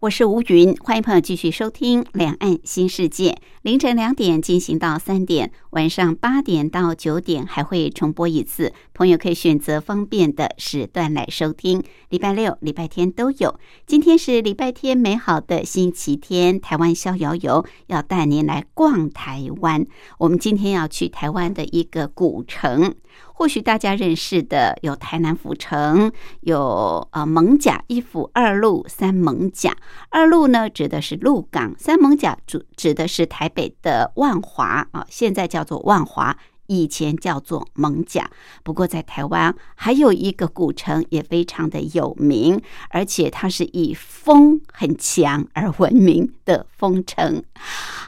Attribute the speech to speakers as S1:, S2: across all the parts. S1: 我是吴云，欢迎朋友继续收听《两岸新世界》。凌晨两点进行到三点，晚上八点到九点还会重播一次，朋友可以选择方便的时段来收听。礼拜六、礼拜天都有。今天是礼拜天，美好的星期天，台湾逍遥游要带您来逛台湾。我们今天要去台湾的一个古城。或许大家认识的有台南府城，有呃蒙甲一府二路三蒙甲。二路呢指的是鹿港，三蒙甲指指的是台北的万华啊，现在叫做万华，以前叫做蒙甲。不过在台湾还有一个古城也非常的有名，而且它是以风很强而闻名的风城。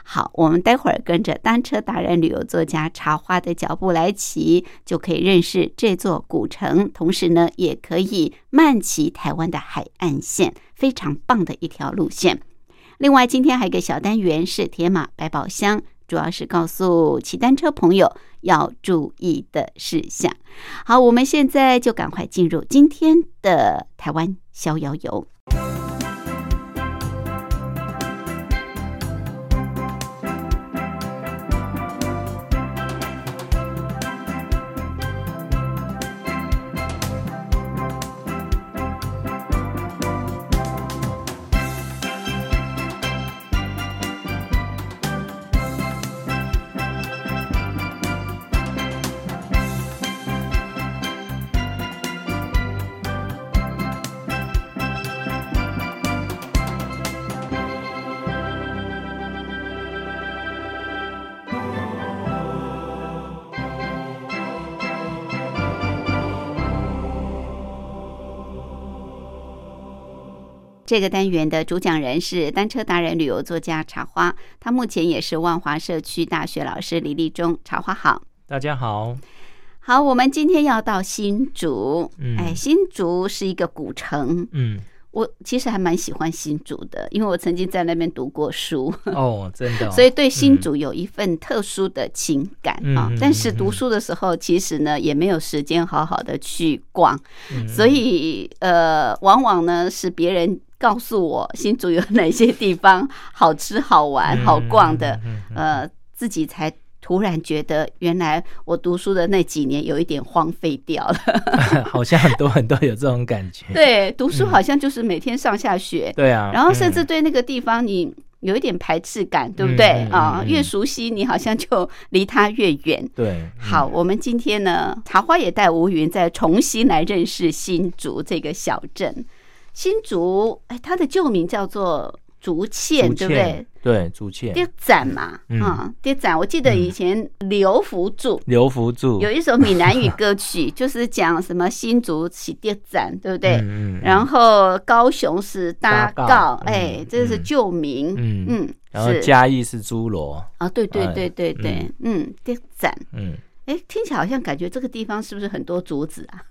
S1: 好，我们待会儿跟着单车达人、旅游作家茶花的脚步来骑，就可以认识这座古城，同时呢，也可以慢骑台湾的海岸线，非常棒的一条路线。另外，今天还有一个小单元是铁马百宝箱，主要是告诉骑单车朋友要注意的事项。好，我们现在就赶快进入今天的台湾逍遥游。这个单元的主讲人是单车达人、旅游作家茶花，他目前也是万华社区大学老师李立忠。茶花好，
S2: 大家好，
S1: 好，我们今天要到新竹，
S2: 嗯
S1: 哎，新竹是一个古城，
S2: 嗯，
S1: 我其实还蛮喜欢新竹的，因为我曾经在那边读过书，
S2: 哦，真的哦、
S1: 所以对新竹有一份特殊的情感
S2: 嗯
S1: 啊
S2: 嗯嗯。
S1: 但是读书的时候，其实呢也没有时间好好的去逛，
S2: 嗯
S1: 所以呃，往往呢是别人告诉我新竹有哪些地方好吃、好玩、好逛的，
S2: 嗯，嗯嗯嗯
S1: 呃，自己才。突然觉得，原来我读书的那几年有一点荒废掉 了。
S2: 嗯好像很多很多有这种感觉，
S1: 对，读
S2: 嗯
S1: 书好像就是每天上下学，
S2: 对啊，
S1: 然后甚
S2: 嗯
S1: 至对那个地方你有一点排斥感，对不对
S2: 嗯嗯
S1: 啊？
S2: 嗯
S1: 越熟悉，你好像就离它越远。
S2: 对，
S1: 好，我们今天呢，茶花也带吴云再重新来认识新竹这个小镇。新竹，哎，它的旧名叫做竹堑，
S2: 竹
S1: 对不对
S2: 堑？？对，竹堑，
S1: 跌展嘛，
S2: 嗯
S1: 啊，跌展。我记得以前刘福柱
S2: 刘福柱，
S1: 有一首闽南语歌曲，就是讲什么新竹起跌展，对不对？
S2: 嗯，嗯嗯
S1: 然后高雄是搭
S2: 搭告
S1: 告，哎
S2: 嗯，
S1: 这是
S2: 嗯
S1: 旧名，
S2: 嗯
S1: 嗯，
S2: 然后
S1: 是
S2: 嘉义是侏罗，
S1: 啊，对对
S2: 哎
S1: 对对对，嗯，点赞，
S2: 嗯，
S1: 哎，听起来好像感觉这个地方是不是很多竹子啊？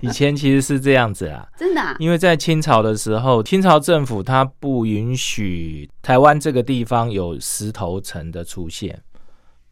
S2: 以前其实是这样子 啊，
S1: 真的啊，
S2: 因为在清朝的时候，清朝政府它不允许台湾这个地方有石头城的出现，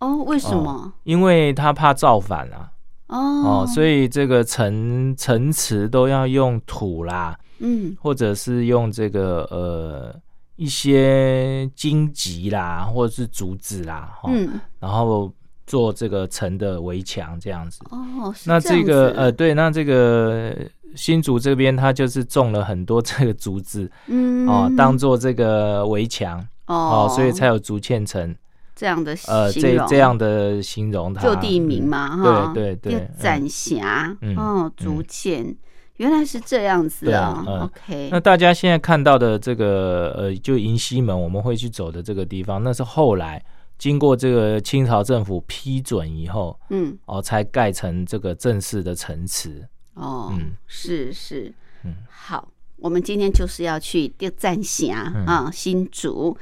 S1: 哦，为什么？
S2: 因为他怕造反
S1: 哦
S2: 啊。哦，，所以这个城城池都要用土啦，
S1: 嗯
S2: 或者是用这个呃一些荆棘啦，或者是竹子啦，哦、
S1: 嗯，
S2: 然后做这个城的围墙这样子。
S1: 哦，是
S2: 那
S1: 这样
S2: 这个
S1: 子
S2: 呃，，对，那这个新竹这边它就是种了很多 这个竹子
S1: 嗯，
S2: 哦，当做这个围墙
S1: 哦
S2: 哦，所以才有竹堑城
S1: 这样的
S2: 呃
S1: 形
S2: 这
S1: 容
S2: 这样的形容它
S1: 就地名
S2: 嗯
S1: 嘛，
S2: 嗯
S1: 哈，
S2: 对对对
S1: 点赞峡，
S2: 嗯
S1: 哦，竹堑，原来是这样子
S2: 对
S1: 啊
S2: 啊嗯
S1: ，OK，
S2: 那大家现在看到的这个呃，就迎西门我们会去走的这个地方，那是后来经过这个清朝政府批准以后，
S1: 嗯，
S2: 哦，才盖成这个正式的城池。
S1: 哦，
S2: 嗯
S1: 是是，
S2: 嗯
S1: 好，我们今天就是要去地站峡、
S2: 嗯
S1: 啊，新竹。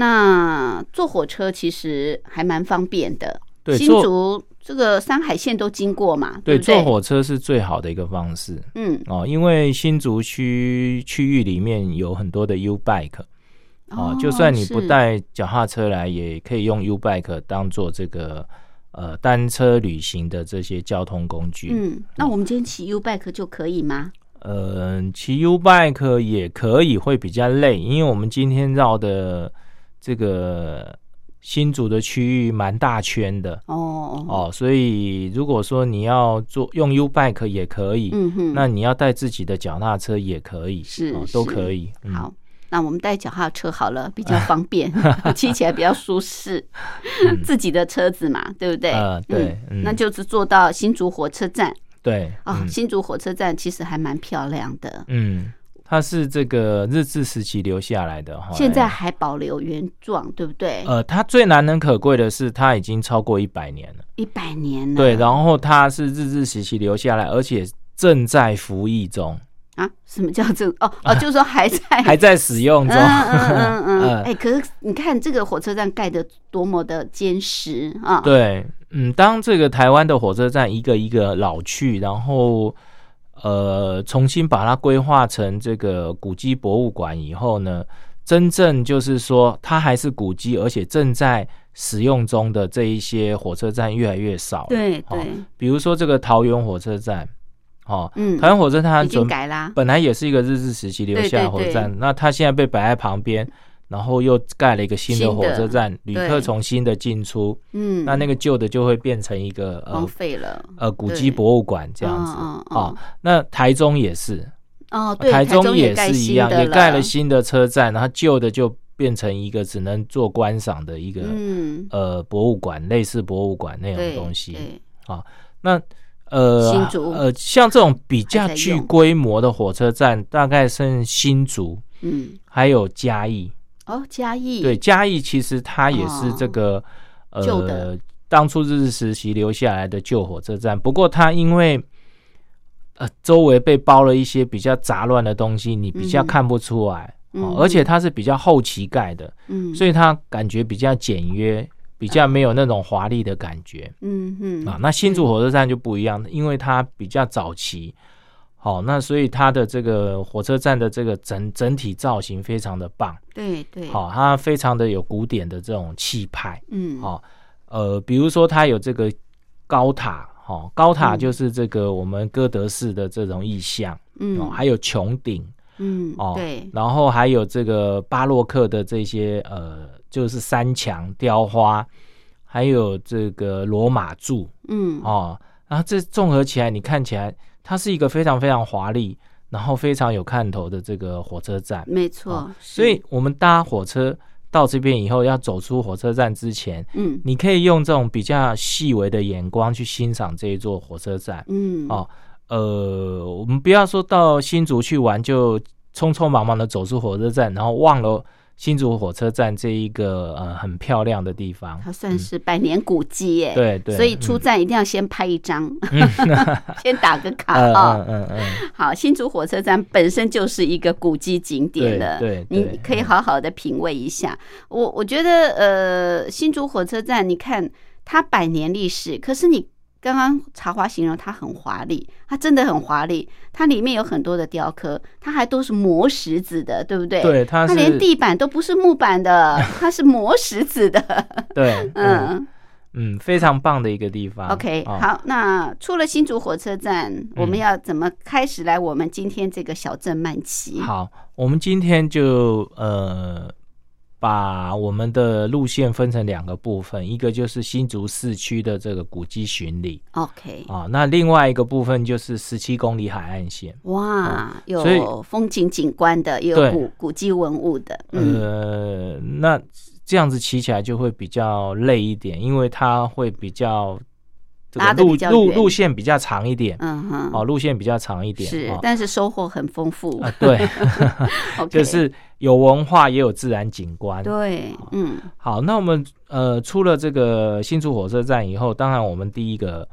S1: 那坐火车其实还蛮方便的，
S2: 对，
S1: 新
S2: 坐
S1: 竹这个山海线都经过嘛，
S2: 对
S1: 不对？
S2: 坐火车是最好的一个方式
S1: 嗯，
S2: 哦，因为新竹区区域里面有很多的 U Bike 哦，就算你不
S1: 是，
S2: 带脚踏车来，也可以用 U Bike 当做这个呃单车旅行的这些交通工具。
S1: 嗯，那我们今天骑 U bike 就可以吗？
S2: 嗯，骑 U bike 也可以，会比较累，因为我们今天绕的这个新竹的区域蛮大圈的
S1: 哦，
S2: 哦，所以如果说你要做用 U bike 也可以，
S1: 嗯哼，
S2: 那你要带自己的脚踏车也可以，
S1: 是
S2: 哦、都
S1: 是
S2: 可以。嗯、
S1: 好，那我们带脚踏车好了， 比较方便， 骑起来比较舒适，自己的车子嘛，对不对？
S2: 嗯呃对
S1: 嗯
S2: 嗯
S1: 那就是坐到新竹火车站
S2: 对
S1: 啊、
S2: 嗯
S1: 新竹火车站其实还蛮漂亮的，
S2: 嗯，它是这个日治时期留下来的哈。
S1: 现在还保留原状，对不对？
S2: 呃，它最难能可贵的是，它已经超过一百年了。
S1: 一百、年了，
S2: 对，然后它是日治时期留下来，而且正在服 役中，
S1: 啊，什么叫这个？哦 哦，就是说还在
S2: 还在使用
S1: 嗯
S2: 中。
S1: 嗯嗯嗯，
S2: 呃
S1: 哎，可是你看这个火车站盖的多么的坚实啊！，
S2: 对，嗯，当这个台湾的火车站一个一个老去，然后呃重新把它规划成这个古迹博物馆以后呢，真正就是说它还是古迹，而且正在使用中的这一些火车站越来越少了。
S1: 对
S2: 哦
S1: 对，
S2: 比如说这个桃园火车站，哦，
S1: 嗯
S2: 桃园火车站它
S1: 已经
S2: 准
S1: 改啦，
S2: 本来也是一个日治时期留下的火车站，
S1: 对
S2: 那它现在被摆在旁边，然后又盖了一个新的火车站，旅客从新的进出，
S1: 嗯，
S2: 那那个旧的就会变成一个
S1: 荒
S2: 呃
S1: 废了。
S2: 呃古
S1: 对
S2: 迹博物馆这样子
S1: 嗯嗯嗯
S2: 哦。那台中也是，
S1: 哦，对，
S2: 呃台
S1: 中
S2: 也
S1: 盖
S2: 是一
S1: 新
S2: 样，
S1: 的
S2: 也盖了新的车站，然后旧的就变成一个只能做观赏的一个、
S1: 嗯，
S2: 呃博物馆，类似博物馆那
S1: 对
S2: 种东西。
S1: 对
S2: 那呃，
S1: 新竹
S2: 呃，像这种比较
S1: 还在
S2: 具
S1: 用
S2: 规模的火车站，大概剩新竹，
S1: 嗯，
S2: 还有嘉义。
S1: 哦，嘉义，哦
S2: 对，，嘉义其实它也是这个、
S1: 旧的
S2: 呃，当初日治时期留下来的旧火车站，不过它因为呃周围被包了一些比较杂乱的东西，你比较
S1: 嗯
S2: 看不出来。
S1: 嗯
S2: 哦，而且它是比较后期盖的，
S1: 嗯，
S2: 所以它感觉比较简约，比较没有那种华丽的感觉。
S1: 嗯嗯
S2: 啊，那新竹火车站就不一样，因为它比较早期，好、那所以它的这个火车站的这个整整体造型非常的棒，
S1: 对对，，
S2: 好、它非常的有古典的这种气派，
S1: 嗯，
S2: 好、呃，比如说它有这个高塔，好、高塔
S1: 嗯
S2: 就是这个我们哥德式的这种意象，哦，
S1: 嗯，
S2: 还有穹顶，
S1: 嗯，
S2: 哦，
S1: 对，
S2: 然后还有这个巴洛克的这些呃，就是山墙雕花，还有这个罗马柱，
S1: 嗯，
S2: 哦，然后这综合起来，你看起来它是一个非常非常华丽，然后非常有看头的这个火车站。
S1: 没错，
S2: 哦所以
S1: 哦是，
S2: 我们搭火车到这边以后，要走出火车站之前，
S1: 嗯
S2: 你可以用这种比较细微的眼光去欣赏这一座火车站。
S1: 嗯，
S2: 哦呃，我们不要说到新竹去玩就匆匆忙忙的走出火车站，然后忘了新竹火车站这一个呃很漂亮的地方。
S1: 它算是百年古迹耶，，
S2: 嗯对对，
S1: 所以出
S2: 嗯
S1: 站一定要先拍一 张，先打个卡
S2: 嗯
S1: 啊。
S2: 嗯嗯嗯。
S1: 好，新竹火车站本身就是一个古迹景点
S2: 对
S1: 了，
S2: 对
S1: 你
S2: 对
S1: 可以好好的品味一下。我我觉得，呃，新竹火车站，你看它百年历史，可是你刚刚茶花形容它很华丽，它真的很华丽，它里面有很多的雕刻，它还都是磨石子的，对不对？。
S2: 对，它
S1: 它
S2: 是
S1: 连地板都不是木板 的，它是磨石子的。
S2: 对，嗯
S1: 嗯
S2: 嗯，非常棒的一个地方。
S1: ，OK，
S2: 哦，
S1: 好，那出了新竹火车站，
S2: 嗯
S1: 我们要怎么开始来我们今天这个小镇慢骑？
S2: 好，我们今天就呃把我们的路线分成两个部分，一个就是新竹市区的这个古迹巡礼
S1: OK，
S2: 啊、那另外一个部分就是十七公里海岸线。
S1: 哇，
S2: 所以
S1: 有风景景观的，也有
S2: 对
S1: 古古迹文物的，嗯，
S2: 呃，那这样子骑起来就会比较累一点，因为它会比较这
S1: 拉
S2: 个
S1: 得
S2: 路
S1: 比较
S2: 路
S1: 远
S2: 路线比较长一点，
S1: 嗯哼，
S2: 哦，路线比较长一点，
S1: 是
S2: 哦，
S1: 但是收获很丰富，
S2: 啊， 对，
S1: OK
S2: 就是哦有文化也有自然景观。
S1: 对，嗯，
S2: 好，那我们呃出了这个新竹火车站以后，当然我们第一个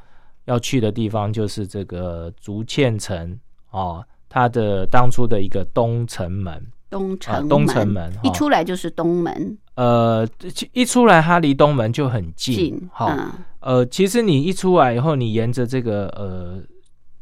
S2: 要去的地方就是这个竹堑城哦，它的当初的一个东城门，
S1: 东城、
S2: 啊东城门
S1: 一
S2: 哦
S1: 出来就是东门
S2: 呃，其一出来它离东门就很近
S1: 进，，
S2: 好、
S1: 嗯
S2: 呃，其实你一出来以后，你沿着这个呃，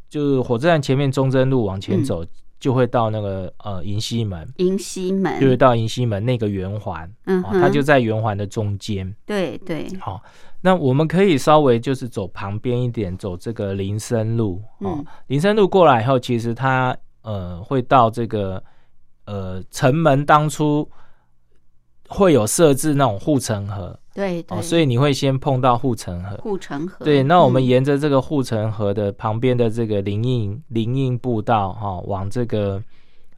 S2: 就是火车站前面中正路往前
S1: 嗯
S2: 走，就会到那个呃银溪门，
S1: 迎西门，
S2: 就会到银溪门那个圆环。
S1: 嗯
S2: 哦
S1: 哼，
S2: 它就在圆环的中间。
S1: 对对，
S2: 好、那我们可以稍微就是走旁边一点，走这个林森路。哦，
S1: 嗯
S2: 林森路过来以后，其实它呃会到这个呃城门当初会有设置那种护城河
S1: 对对，
S2: 哦，所以你会先碰到护城河。
S1: 护城河，
S2: 对，那我们
S1: 嗯
S2: 沿着这个护城河的旁边的这个林荫林荫步道哈、往这个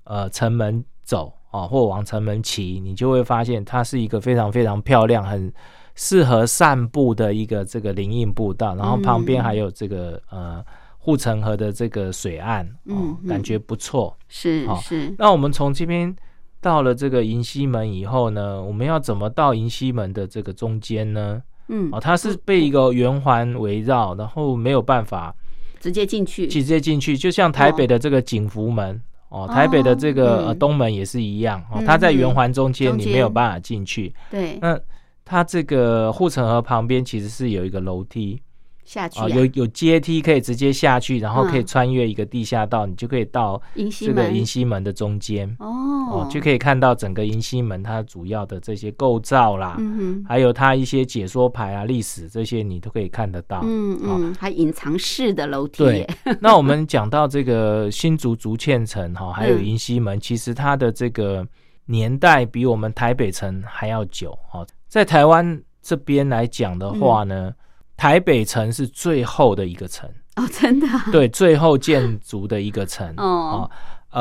S2: 呃城门走啊、或往城门骑，你就会发现它是一个非常非常漂亮、很适合散步的一个这个林荫步道，然后旁
S1: 嗯
S2: 边还有这个、呃护城河的这个水岸，哦、
S1: 嗯嗯
S2: 感觉不错。
S1: 是
S2: 哦
S1: 是，
S2: 那我们从这边到了这个银溪门以后呢，我们要怎么到银溪门的这个中间呢？
S1: 嗯
S2: 哦，，它是被一个圆环围绕，然后没有办法
S1: 直接进去，
S2: 直接进去，就像台北的这个景福门。哦，台北的这
S1: 哦
S2: 个、呃
S1: 嗯
S2: 东门也是一样哦
S1: 嗯，
S2: 它在圆环中间
S1: 中
S2: 你
S1: 间
S2: 没有办法进去。
S1: 对，
S2: 那它这个护城河旁边其实是有一个楼梯
S1: 下去
S2: 啊、
S1: 啊
S2: 有有阶梯可以直接下去，然后可以
S1: 嗯
S2: 穿越一个地下道，你就可以到
S1: 迎西
S2: 这个
S1: 门，
S2: 银溪门的中间
S1: 哦
S2: 哦，就可以看到整个银溪门它主要的这些构造啦，
S1: 嗯哼。
S2: 还有它一些解说牌啊、历史这些你都可以看得到。
S1: 嗯
S2: 哦
S1: 嗯，还隐藏式的楼梯
S2: 对
S1: 耶，
S2: 那我们讲到这个新竹竹堑城哈，还有
S1: 嗯
S2: 银溪门，其实它的这个年代比我们台北城还要久哈。在台湾这边来讲的话
S1: 嗯
S2: 呢，台北城是最后的一个城，
S1: 哦，真的啊，
S2: 对，最后建筑的一个城
S1: 哦
S2: 啊，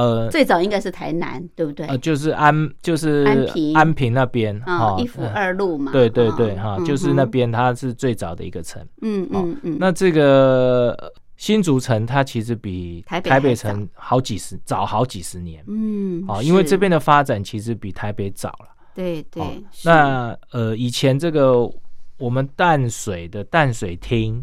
S2: 呃。
S1: 最早应该是台南，对不对？
S2: 呃，就是安，就是
S1: 安平
S2: 安平那边
S1: 啊、
S2: 哈，
S1: 一府
S2: 呃
S1: 二路嘛。
S2: 对对对，哈、
S1: 嗯
S2: 就是那
S1: 哼，
S2: 边它是最早的一个城。
S1: 嗯
S2: 哦
S1: 嗯嗯，
S2: 那这个呃新竹城，它其实比
S1: 台北
S2: 台
S1: 还
S2: 北
S1: 早
S2: 城好几十早好几十年。
S1: 嗯，
S2: 哦，因为
S1: 是
S2: 这边的发展其实比台北早了。
S1: 对对，
S2: 哦
S1: 是
S2: 那呃，以前这个我们淡水的淡水厅，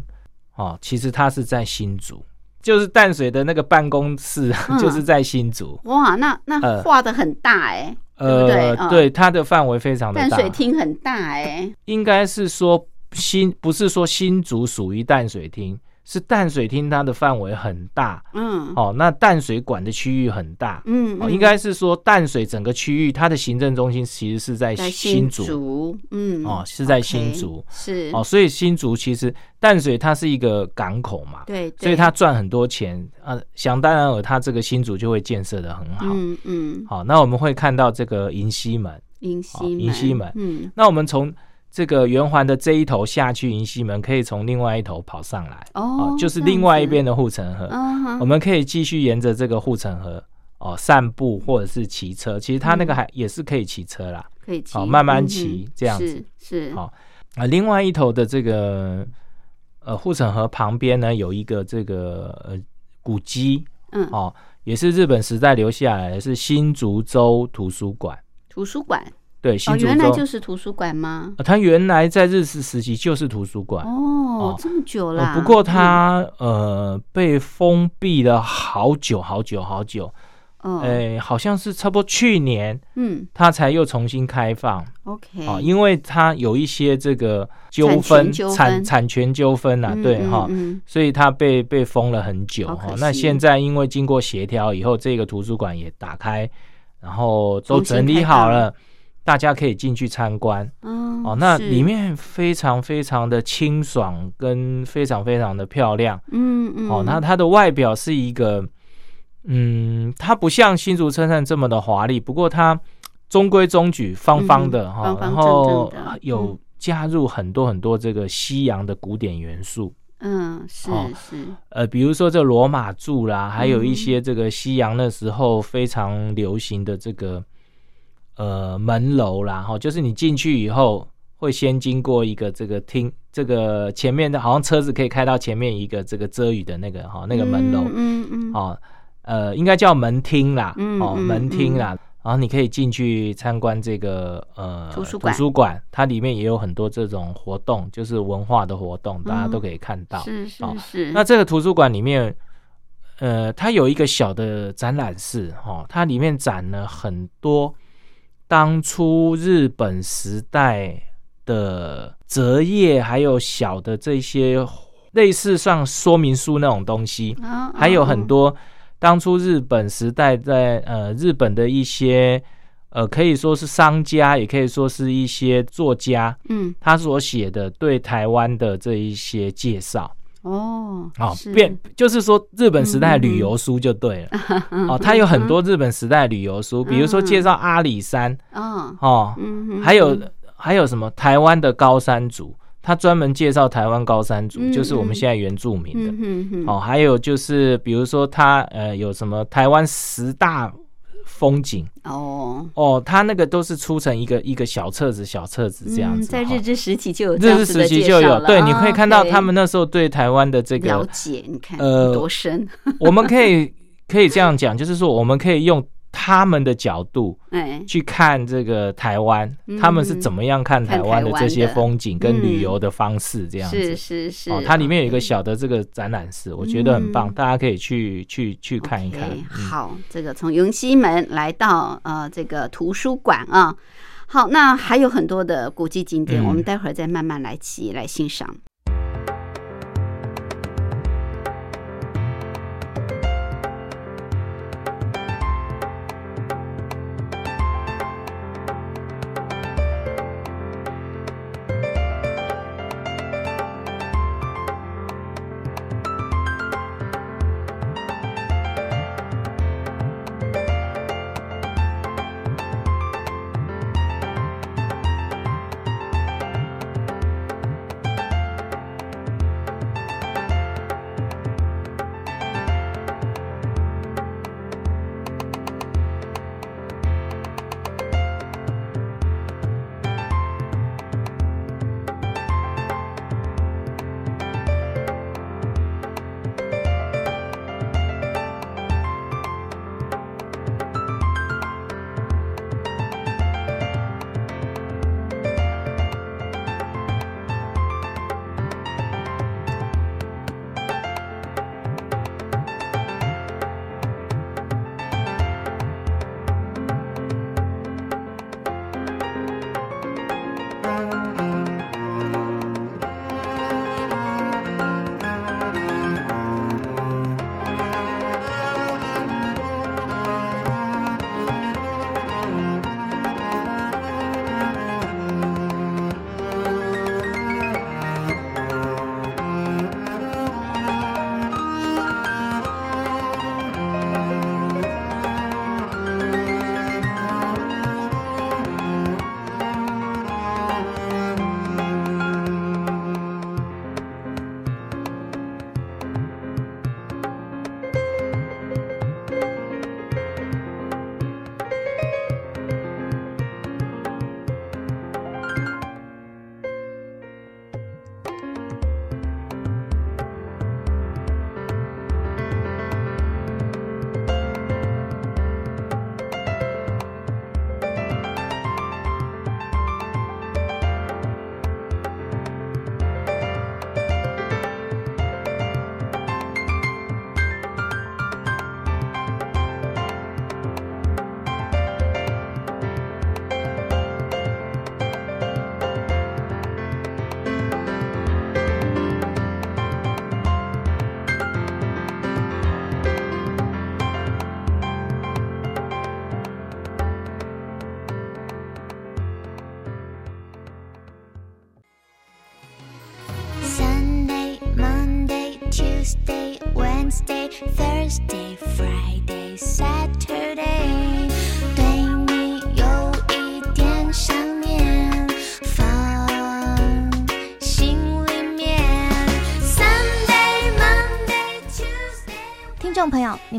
S2: 哦，其实它是在新竹，就是淡水的那个办公室、啊
S1: 嗯
S2: 就是在新竹。
S1: 哇，那那
S2: 呃
S1: 画的很大哎、对不对
S2: 呃，
S1: 嗯
S2: 对，它的范围非常的
S1: 淡
S2: 大。
S1: 水厅很大哎、
S2: 应该是说新不是说新竹属于淡水厅，是淡水厅它的范围很大
S1: 嗯
S2: 哦，那淡水管的区域很大。
S1: 嗯，
S2: 哦，
S1: 嗯
S2: 应该是说淡水整个区域，它的行政中心其实是在
S1: 在
S2: 新
S1: 竹，
S2: 竹
S1: 嗯，
S2: 哦，是在
S1: OK，
S2: 新竹
S1: 是
S2: 哦，，所以新竹其实淡水它是一个港口嘛，
S1: 对，对
S2: 所以它赚很多钱啊，想当然尔，它这个新竹就会建设的很好。
S1: 嗯嗯，
S2: 好，那我们会看到这个银溪门，
S1: 迎西
S2: 哦
S1: 门，
S2: 迎西门
S1: 嗯，
S2: 那我们从这个圆环的这一头下去银溪门，可以从另外一头跑上来，
S1: 哦，
S2: 就是
S1: 这样
S2: 另外一
S1: 子
S2: 边，的护城河。
S1: 嗯
S2: 我
S1: 哼，
S2: 们可以继续沿着这个护城河哦散步或者是骑车，其实它那个
S1: 嗯
S2: 还、也是可以骑车啦。
S1: 可以骑，
S2: 好慢慢
S1: 嗯哼
S2: 骑这样子，
S1: 是是，
S2: 好啊、另外一头的这个呃护城河旁边呢，有一个这个呃古迹
S1: 嗯，
S2: 哦，也是日本时代留下来的，是新竹州图书馆。
S1: 图书馆，
S2: 对，新
S1: 哦，
S2: 竹
S1: 原
S2: 州
S1: 来、就是图书馆吗？
S2: 呃它原来在日治时期就是图书馆。
S1: 哦
S2: 哦，
S1: 这么久
S2: 呃
S1: 啦。嗯
S2: 不过它、呃被封闭了好久好久好久，
S1: 嗯，哦，
S2: 呃，好像是差不多去年
S1: 嗯
S2: 它才又重新开放啊、
S1: ，OK，
S2: 哦因为它有一些这个纠纷
S1: 产权纠纷
S2: 产产权纠纷呐、
S1: 嗯
S2: 啊对
S1: 嗯
S2: 哈、
S1: 嗯
S2: 所以它被被封了很久
S1: 好可
S2: 哈、
S1: 惜
S2: 那现在因为经过协调以后，这个图书馆也打开，然后都
S1: 重新
S2: 整理
S1: 开放
S2: 好了，大家可以进去参观。
S1: 嗯
S2: 哦，那
S1: 是
S2: 里面非常非常的清爽，跟非常非常的漂亮。
S1: 嗯嗯，
S2: 哦，那它的外表是一个，嗯，它不像新竹车站这么的华丽，不过它中规中矩，方方的哈、
S1: 嗯方方
S2: 然后
S1: 正正的嗯
S2: 有加入很多很多这个西洋的古典元素。
S1: 嗯是
S2: 哦
S1: 是
S2: 呃，比如说这罗马柱啦，还有一些这个西洋那时候非常流行的这个呃门楼啦，哈、就是你进去以后会先经过一个这个厅，这个前面的好像车子可以开到前面一个这个遮雨的那个哈、那个门楼、
S1: 嗯嗯嗯，
S2: 哦，呃，应该叫门厅啦，
S1: 嗯
S2: 哦，
S1: 嗯
S2: 门厅啦。然后你可以进去参观这个呃
S1: 图书馆
S2: 它里面也有很多这种活动，就是文化的活动，大家都可以看到。
S1: 嗯是是
S2: 哦
S1: 是，
S2: 那这个图书馆里面，呃，它有一个小的展览室，哦，它里面展了很多当初日本时代的折页，还有小的这些类似像说明书那种东西，
S1: 哦
S2: 还有很，多当初日本时代在呃日本的一些呃可以说是商家，也可以说是一些作家，
S1: 嗯
S2: 他所写的对台湾的这一些介绍。
S1: 哦
S2: 哦，
S1: 是嗯
S2: 变就是说日本时
S1: 嗯
S2: 代
S1: 嗯嗯
S2: 旅游书就对了、哦，它有很多日本时代旅游书，比如说介绍阿里山
S1: 哦，
S2: 哦，
S1: 嗯哼，
S2: 还有还有什么台湾的高山族，它专门介绍台湾高山族，
S1: 嗯
S2: 就是我
S1: 嗯
S2: 们现在原住民的
S1: 嗯哼哼，
S2: 哦，还有就是比如说它呃有什么台湾十大风景
S1: 哦，
S2: 哦，它那个都是出成一个一个小册子小册子这样
S1: 嗯
S2: 子，
S1: 在
S2: 哈
S1: 日治时期就有这
S2: 日
S1: 样
S2: 治
S1: 子的
S2: 时期
S1: 介绍
S2: 就有
S1: 了
S2: 对，
S1: 哦
S2: 你会看到他
S1: OK
S2: 们那时候对台湾的这个
S1: 了解，你看
S2: 呃
S1: 多深，
S2: 我们可以可以这样讲，就是说我们可以用他们的角度
S1: 哎，
S2: 去看这个台湾，
S1: 嗯
S2: 他们是怎么样看台湾的这些风景
S1: 看台湾
S2: 跟
S1: 的嗯
S2: 旅游的方式这样
S1: 是
S2: 子。
S1: 是是，
S2: 哦，它里面有一个
S1: OK
S2: 小的这个展览室，我觉得很棒，
S1: 嗯
S2: 大家可以去去去看一看。
S1: OK，
S2: 嗯
S1: 好，这个从云溪门来到呃这个图书馆啊，好，那还有很多的古迹景点，
S2: 嗯
S1: 我们待会儿再慢慢来一来欣赏。
S3: Sunday, Monday, Tuesday, Wednesday, Thursday, Friday, Saturday。对你有一点想念，放心里面。Sunday, Monday, Tuesday。
S4: 听众朋友，你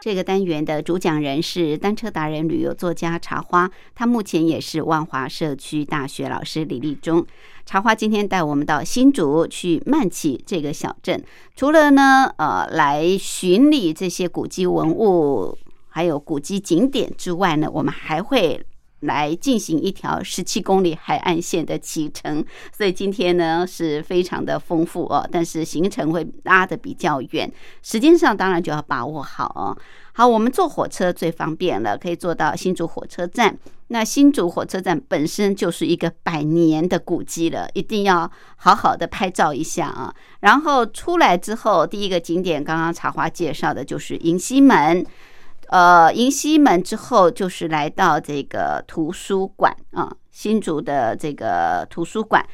S1: 这个单元的主讲人是单车达人、旅游作家茶花，他目前也是万华社区大学老师李立忠。茶花今天带我们到新竹去慢骑这个小镇，除了呢，呃，来巡礼这些古迹文物，还有古迹景点之外呢，我们还会。来进行一条十七公里海岸线的骑乘，所以今天呢是非常的丰富哦，但是行程会拉的比较远，时间上当然就要把握好哦。好，我们坐火车最方便了，可以坐到新竹火车站。那新竹火车站本身就是一个百年的古迹了，一定要好好的拍照一下啊。然后出来之后，第一个景点刚刚茶花介绍的就是迎西门。呃，迎西门之后就是来到这个图书馆啊，新竹的这个图书馆。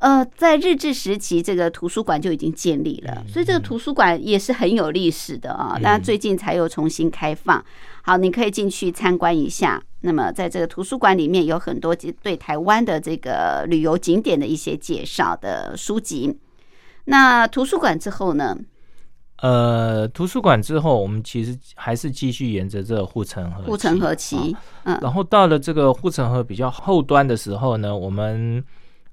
S1: 呃，在日治时期，这个图书馆就已经建立
S2: 嗯
S1: 了，所以这个图书馆也是很有历史的啊。那最近才又重新开放，好，你可以进去参观一下。那么，在这个图书馆里面有很多对台湾的这个旅游景点的一些介绍的书籍。那图书馆之后呢？
S2: 呃，图书馆之后，我们其实还是继续沿着这个护城河。啊
S1: 护城河期，嗯
S2: 然后到了这个护城河比较后端的时候呢，我们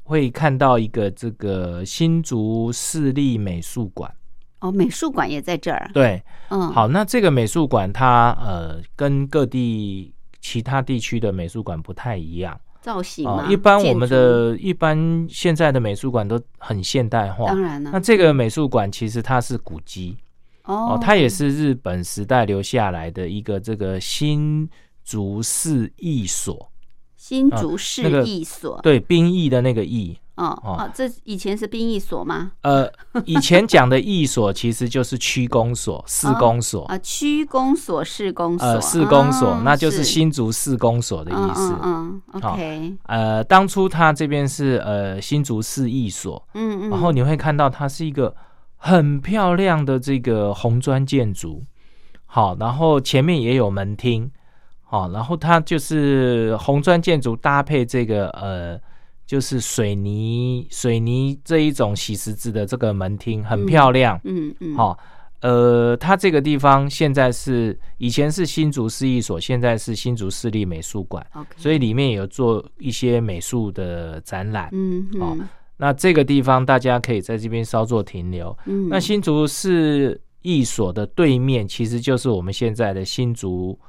S2: 会看到一个这个新竹市立美术馆。
S1: 哦，美术馆也在这儿。
S2: 啊对，
S1: 嗯，
S2: 好，那这个美术馆它呃跟各地其他地区的美术馆不太一样
S1: 造型
S2: 啊、
S1: 嘛，
S2: 一般我们
S1: 建
S2: 的一般现在的美术馆都很现代
S1: 筑
S2: 化
S1: 当。然了、
S2: 那这个美术馆其实它是古迹哦，它也是日本时代留下来的一个这个新竹市役所，
S1: 新竹市
S2: 啊那个
S1: 役所，
S2: 对兵役的那个役，
S1: 哦
S2: 哦
S1: 哦，这以前是兵役所吗？
S2: 呃，以前讲的役所其实就是区公所、市公所，
S1: 啊，区公所、市公所，
S2: 呃，市公所，
S1: 啊
S2: 那就是新竹市公所的意思。
S1: 嗯嗯嗯，OK，
S2: 呃，当初它这边是呃新竹市役所，
S1: 嗯嗯，
S2: 然后你会看到它是一个很漂亮的这个红砖建筑，好，然后前面也有门厅，好，然后它就是红砖建筑搭配这个呃。就是水泥水泥这一种洗石子的这个门厅很漂亮，
S1: 嗯嗯，
S2: 好、呃，它这个地方现在是以前是新竹市役所，现在是新竹市立美术馆，
S1: ，OK，
S2: 所以里面有做一些美术的展览。
S1: 嗯
S2: 好
S1: 嗯
S2: 那这个地方大家可以在这边稍作停留。
S1: 嗯，
S2: 那新竹市役所的对面，其实就是我们现在的新竹。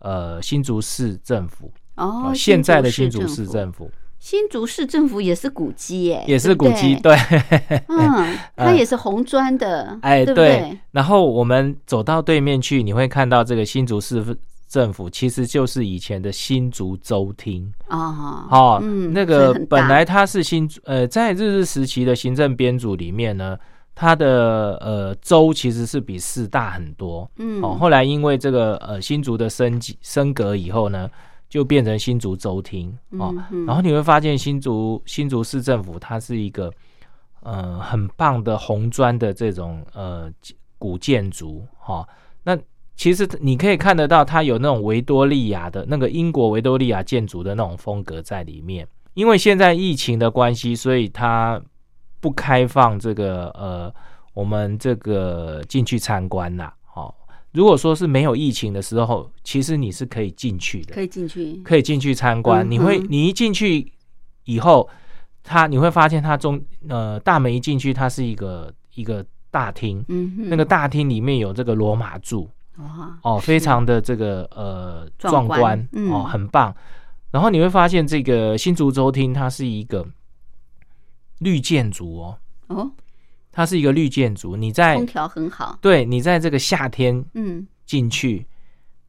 S2: 呃，新竹市政府
S1: 哦，
S2: 现在的新竹市
S1: 政府，
S2: 政府
S1: 新竹市政府也是古迹耶，
S2: 也是古迹，
S1: 对不对，
S2: 对，
S1: 嗯，它也是红砖的，
S2: 哎，
S1: 对不对？
S2: 然后我们走到对面去，你会看到这个新竹市政府其实就是以前的新竹州厅
S1: 哦，
S2: 哦，
S1: 嗯
S2: 那
S1: 所以
S2: 个
S1: 很大
S2: 本来它是新竹呃，在日治时期的行政编组里面呢，它的呃州其实是比市大很多
S1: 嗯
S2: 哦。后来因为这个呃新竹的升级升格以后呢，就变成新竹州厅哦。
S1: 嗯嗯
S2: 然后你会发现新竹新竹市政府它是一个呃很棒的红砖的这种呃古建筑哈、哦。那其实你可以看得到，它有那种维多利亚的那个英国维多利亚建筑的那种风格在里面。因为现在疫情的关系，所以它不开放这个呃我们这个进去参观啦。好、哦，如果说是没有疫情的时候，其实你是可以进去的
S1: 可。以进去，
S2: 可以进去参
S1: 嗯
S2: 观。你会
S1: 嗯
S2: 你一进去以后，它你会发现它中呃大门一进去，它是一个一个大厅，
S1: 嗯哼，
S2: 那个大厅里面有这个罗马柱
S1: 哇，
S2: 哦，非常的这个呃
S1: 壮
S2: 壮
S1: 观
S2: 观
S1: 嗯
S2: 哦，很棒。然后你会发现这个新竹州厅它是一个绿建筑哦，
S1: 哦，
S2: 它是一个绿建筑。你在
S1: 空调很好，
S2: 对你在这个夏天
S1: 嗯，
S2: 进去，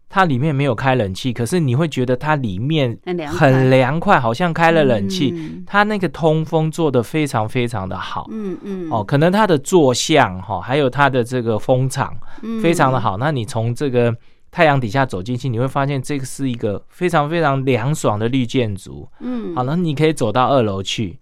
S2: 它里面没有开冷气，可是你会觉得它里面
S1: 很凉快
S2: 很凉快，好像开了冷气。
S1: 嗯
S2: 它那个通风做得非常非常的好、
S1: 嗯嗯，
S2: 哦，可能它的坐向哈、还有它的这个风场
S1: 嗯
S2: 非常的好。那你从这个太阳底下走进去，你会发现这个是一个非常非常凉爽的绿建筑。
S1: 嗯，嗯，哦嗯
S2: 好了，那你可以走到二楼去。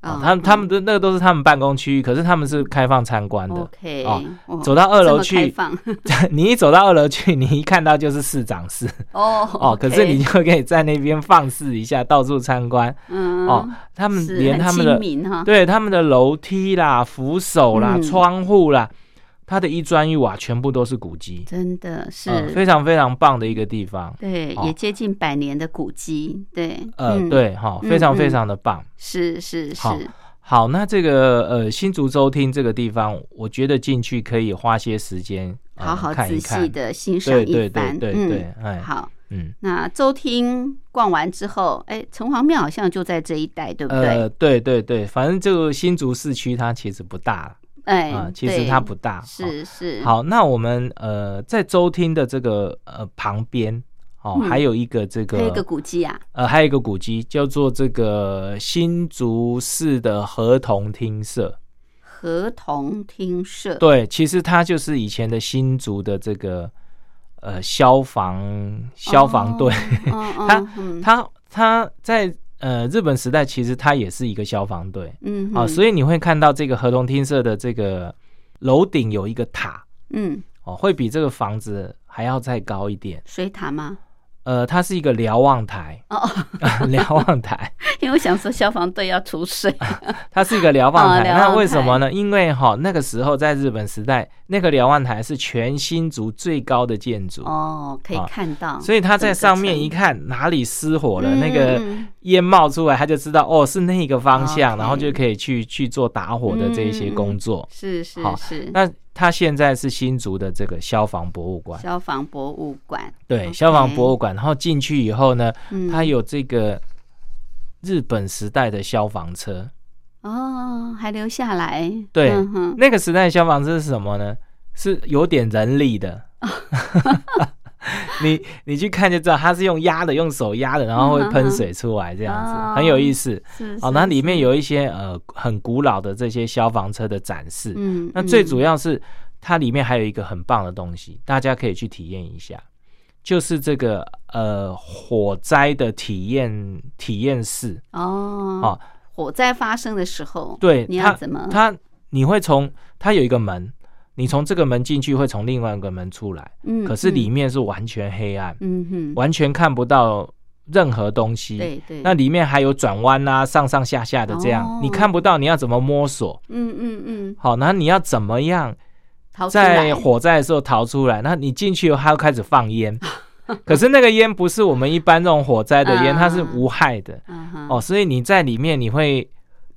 S2: 啊，他们他们
S1: 都
S2: 的那个都是他们办公区域，可是他们是开放参观的。
S1: 嗯 OK，
S2: 哦
S1: 哦
S2: 走到二
S1: 这
S2: 楼
S1: 么开
S2: 去，
S1: 放
S2: 你一走到二楼去，你一看到就是市长室
S1: 哦
S2: 哦。可是你
S1: OK，
S2: 就可以在那边放肆一下，到处参观
S1: 嗯
S2: 哦。他们
S1: 是
S2: 连
S1: 很
S2: 他们
S1: 亲
S2: 的
S1: 民哈，
S2: 对他们的楼梯啦、扶手啦、
S1: 嗯
S2: 窗户啦，它的一砖一瓦全部都是古迹，
S1: 真的是、
S2: 嗯非常非常棒的一个地方。
S1: 对，
S2: 哦
S1: 也接近百年的古迹，对，
S2: 呃，
S1: 嗯，
S2: 对，哈、
S1: 嗯
S2: 非
S1: 嗯
S2: 常非常的棒。
S1: 是是
S2: 好
S1: 是，
S2: 好，那这个呃新竹州厅这个地方，我觉得进去可以花些时间、呃、
S1: 好好
S2: 看
S1: 仔
S2: 一
S1: 细
S2: 看。
S1: 的欣赏
S2: 对
S1: 一
S2: 对
S1: 番
S2: 对，对对，哎、
S1: 嗯，好。
S2: 嗯，
S1: 那周厅逛完之后，哎，城隍庙好像就在这一带，对不对？
S2: 呃，对对对，反正这个新竹市区它其实不大啦
S1: 哎、
S2: 啊、其实
S1: 对
S2: 它不大。哦
S1: 是是
S2: 好，那我们呃在州厅的这个呃旁边哦，
S1: 嗯
S2: 还有一个这个
S1: 还有一个古迹啊，
S2: 呃还有一个古迹叫做这个新竹市的合同厅舍。
S1: 合同厅舍，
S2: 对，其实它就是以前的新竹的这个呃消防消防队，
S1: 嗯，嗯
S2: 它
S1: 嗯
S2: 它它在呃日本时代其实它也是一个消防队
S1: 嗯
S2: 啊、
S1: 以
S2: 所以你会看到这个合同厅舍的这个楼顶有一个塔
S1: 嗯，
S2: 哦，会比这个房子还要再高一点。
S1: 水塔吗？
S2: 呃，它是一个瞭望台，
S1: 哦，
S2: 瞭望台，
S1: 因为我想说消防队要储 水，
S2: 它是一个瞭望
S1: 哦
S2: 台。
S1: 瞭
S2: 那
S1: 望
S2: 为什
S1: 台
S2: 么呢？因为哈、那个时候在日本时代，那个瞭望台是全新竹最高的建筑，
S1: 哦，可以
S2: 啊
S1: 看到，
S2: 所以他在上面一
S1: 个
S2: 看哪里失火了，
S1: 嗯
S2: 那个
S1: 嗯
S2: 烟冒出来，他就知道哦是那个方向，
S1: 哦 OK
S2: 然后就可以去去做打火的这一些工作。
S1: 是是
S2: 好
S1: 是，
S2: 那他现在是新竹的这个消防博物馆，
S1: 消防博物馆，
S2: 对
S1: OK
S2: 消防博物馆。然后进去以后呢，
S1: 嗯，
S2: 它有这个日本时代的消防车。
S1: 哦，还留下来，
S2: 对
S1: 嗯哼，
S2: 那个时代的消防车是什么呢？是有点人力的。 你你去看就知道，它是用压的，用手压的，然后会喷水出来，这样子、
S1: 哦
S2: 很有意思。
S1: 是
S2: 哦，
S1: 是
S2: 那里面
S1: 是
S2: 有一些呃很古老的这些消防车的展示。
S1: 嗯，
S2: 那最主
S1: 要
S2: 要是它里面还有一个很棒的东西，大家可以去体验一下，就是这个呃火灾的体验体验室。
S1: 哦
S2: 哦，
S1: 火灾发生的时候，
S2: 对，
S1: 你
S2: 它
S1: 要怎么？
S2: 它你会从它有一个门，你从这个门进去，会从另外一个门出来，
S1: 嗯
S2: 可是里
S1: 嗯
S2: 面是完全黑暗，
S1: 嗯哼，
S2: 完全看不到任何东西。
S1: 对对，
S2: 那里面还有转弯啊，上上下下的这样，
S1: 哦
S2: 你看不到，你要怎么摸索？
S1: 嗯嗯嗯，
S2: 好，那你要怎么样
S1: 逃出
S2: 在
S1: 来
S2: 火灾的时候逃出来？那你进去以后，它又开始 放烟，可是那个烟不是我们一般这种火灾的烟，
S1: 啊
S2: 它是无害的
S1: 嗯哼
S2: 哦，所以你在里面你会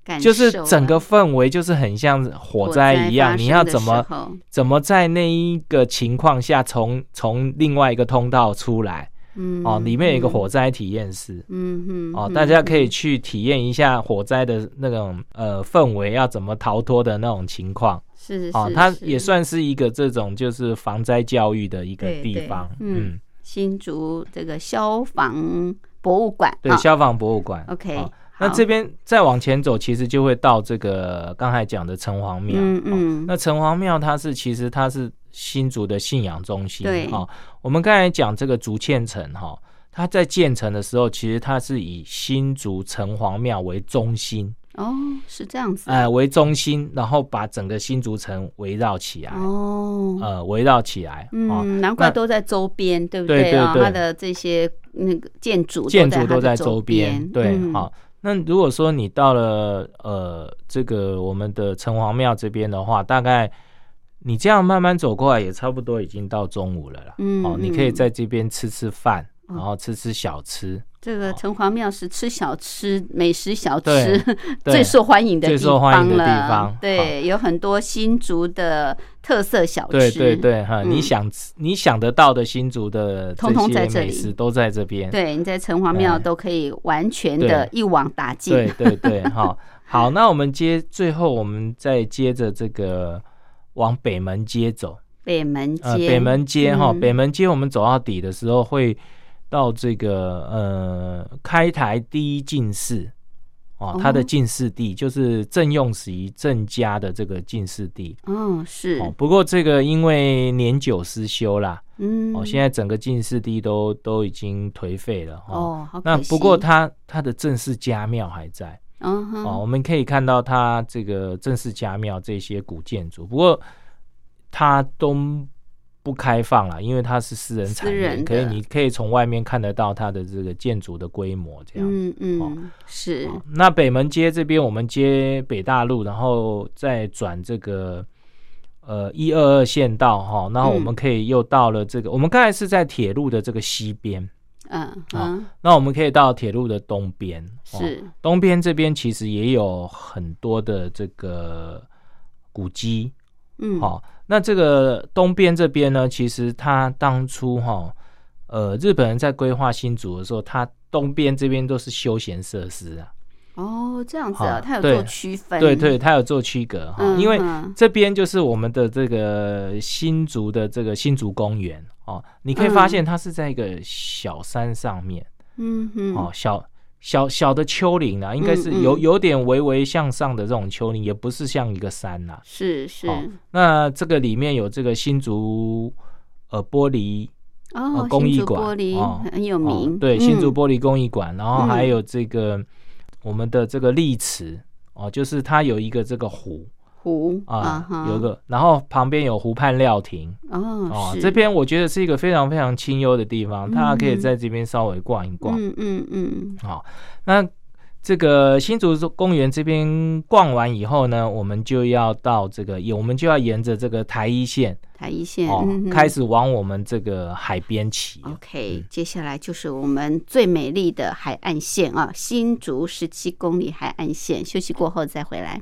S1: 感
S2: 就是
S1: 受
S2: 整个
S1: 啊
S2: 氛围就是很像火
S1: 火
S2: 灾
S1: 灾
S2: 一样，
S1: 发
S2: 你
S1: 生
S2: 要
S1: 的
S2: 怎
S1: 时
S2: 么
S1: 候
S2: 怎么在那一个情况下从从另外一个通道出来
S1: 嗯
S2: 哦，里面有一个
S1: 嗯
S2: 火灾体验室。
S1: 嗯哼
S2: 哦，
S1: 嗯
S2: 大家可以
S1: 嗯
S2: 去体验一下火灾的那种呃氛围，要怎么逃脱的那种情况
S1: 是
S2: 哦
S1: 是，
S2: 它
S1: 是
S2: 也算是一个这种就是防灾教育的一个
S1: 对
S2: 地
S1: 对
S2: 方，
S1: 嗯，新竹这个消防博物馆
S2: 对，
S1: 啊
S2: 消防博物馆。
S1: OK，
S2: 哦那
S1: 好
S2: 这边再往前走，其实就会到这个刚才讲的城隍庙。
S1: 嗯
S2: 哦
S1: 嗯
S2: 那城隍庙它是其实它是新竹的信仰中心。
S1: 对
S2: 哦，我们刚才讲这个竹堑城哈、哦，它在建成的时候，其实它是以新竹城隍庙为中心，
S1: 哦是这样子啊
S2: 呃，为中心，然后把整个新竹城围绕起来，
S1: 哦
S2: 呃，围绕起来。哎哦，
S1: 嗯，难怪
S2: 那
S1: 都在周边，对不
S2: 对
S1: 啊？
S2: 对对
S1: 它的这些那个建筑，
S2: 建筑
S1: 都
S2: 都
S1: 在它的
S2: 在周边
S1: 边，，
S2: 对，
S1: 嗯
S2: 好、那如果说你到了呃这个我们的城隍庙这边的话，大概你这样慢慢走过来，也差不多已经到中午了啦。
S1: 嗯
S2: 哦，你可以
S1: 嗯
S2: 在这边吃吃饭，
S1: 嗯
S2: 然后吃吃小吃，
S1: 这个
S2: 好
S1: 城隍庙是吃小吃、美食小吃
S2: 哦对
S1: 啊最
S2: 对
S1: 受欢迎的
S2: 最
S1: 地
S2: 受欢
S1: 方
S2: 迎的地
S1: 了
S2: 方。
S1: 对，有很多新竹的特色小吃。
S2: 对对对哈，
S1: 嗯
S2: 你想吃你想得到的新竹的这
S1: 通通在
S2: 些
S1: 这
S2: 美
S1: 里
S2: 食都在这边。
S1: 对，你在城隍庙
S2: 对
S1: 都可以完全的一网打尽
S2: 哎对。对对，好好，那我们接最后我们再接着这个往北门街走，
S1: 北门
S2: 呃，
S1: 街，
S2: 北门街哈、
S1: 嗯
S2: 北门街我们走到底的时候会到这个呃开台第一进士。哦
S1: 哦，
S2: 它的进士地就是郑用时郑家的这个进士地
S1: 嗯，是，
S2: 哦。不过这个因为年久失修啦，
S1: 嗯，
S2: 哦，现在整个进士地都都已经颓废了哦。
S1: 哦，好可
S2: 那
S1: 惜
S2: 不过它它的正式家庙还在，
S1: 嗯哼，
S2: 哦，我们可以看到它这个正式家庙这些古建筑，不过它都不开放了，因为它是私人产
S1: 私人的
S2: 业，可以你可以从外面看得到它的这个建筑的规模这样。
S1: 嗯嗯
S2: 哦，
S1: 是，
S2: 哦那北门街这边，我们接北大路，然后再转这个呃一二二线道哈、然后我们
S1: 嗯
S2: 可以又到了这个，我们刚才是在铁路的这个西边，
S1: 嗯嗯，
S2: 那我们可以到铁路的东边，哦、
S1: 是，
S2: 东边这边其实也有很多的这个古迹，
S1: 嗯，
S2: 好、那这个东边这边呢，其实它当初哈、呃，日本人在规划新竹的时候，它东边这边都是休闲设施啊，
S1: 哦，这样子
S2: 好
S1: 啊，它有
S2: 对
S1: 做区分，
S2: 对对，它有做区隔哈、
S1: 嗯，
S2: 因为
S1: 嗯
S2: 这边就是我们的这个新竹的这个新竹公园哦，你可以发现它是在一个小山上面、
S1: 嗯嗯，
S2: 哦，小小小的丘陵啊，应该是有
S1: 嗯嗯
S2: 有点微微向上的这种丘陵，也不是像一个山呐、
S1: 是是，
S2: 哦那这个里面有这个新竹呃玻璃
S1: 哦，
S2: 工
S1: 新
S2: 艺
S1: 竹
S2: 呃馆
S1: 玻璃
S2: 哦
S1: 很有
S2: 哦
S1: 名，
S2: 对，新竹
S1: 嗯
S2: 玻璃工艺馆，然后
S1: 嗯
S2: 还有这个我们的这个丽池哦，就是它有一个这个湖
S1: 湖
S2: 啊，
S1: 哈
S2: 有个，然后旁边有湖畔料亭
S1: 哦
S2: 哦，
S1: 是
S2: 这边我觉得是一个非常非常清幽的地方，大家可以
S1: 嗯
S2: 在这边稍微逛一逛。
S1: 嗯嗯嗯，
S2: 好、那这个新竹公园这边逛完以后呢，我们就要到这个，我们就要沿着这个台一线
S1: 台一线
S2: 哦，
S1: 嗯哼哦
S2: 开始往我们这个海边骑。
S1: OK，、接下来就是我们最美丽的海岸线啊，新竹十七公里海岸线。休息过后再回来。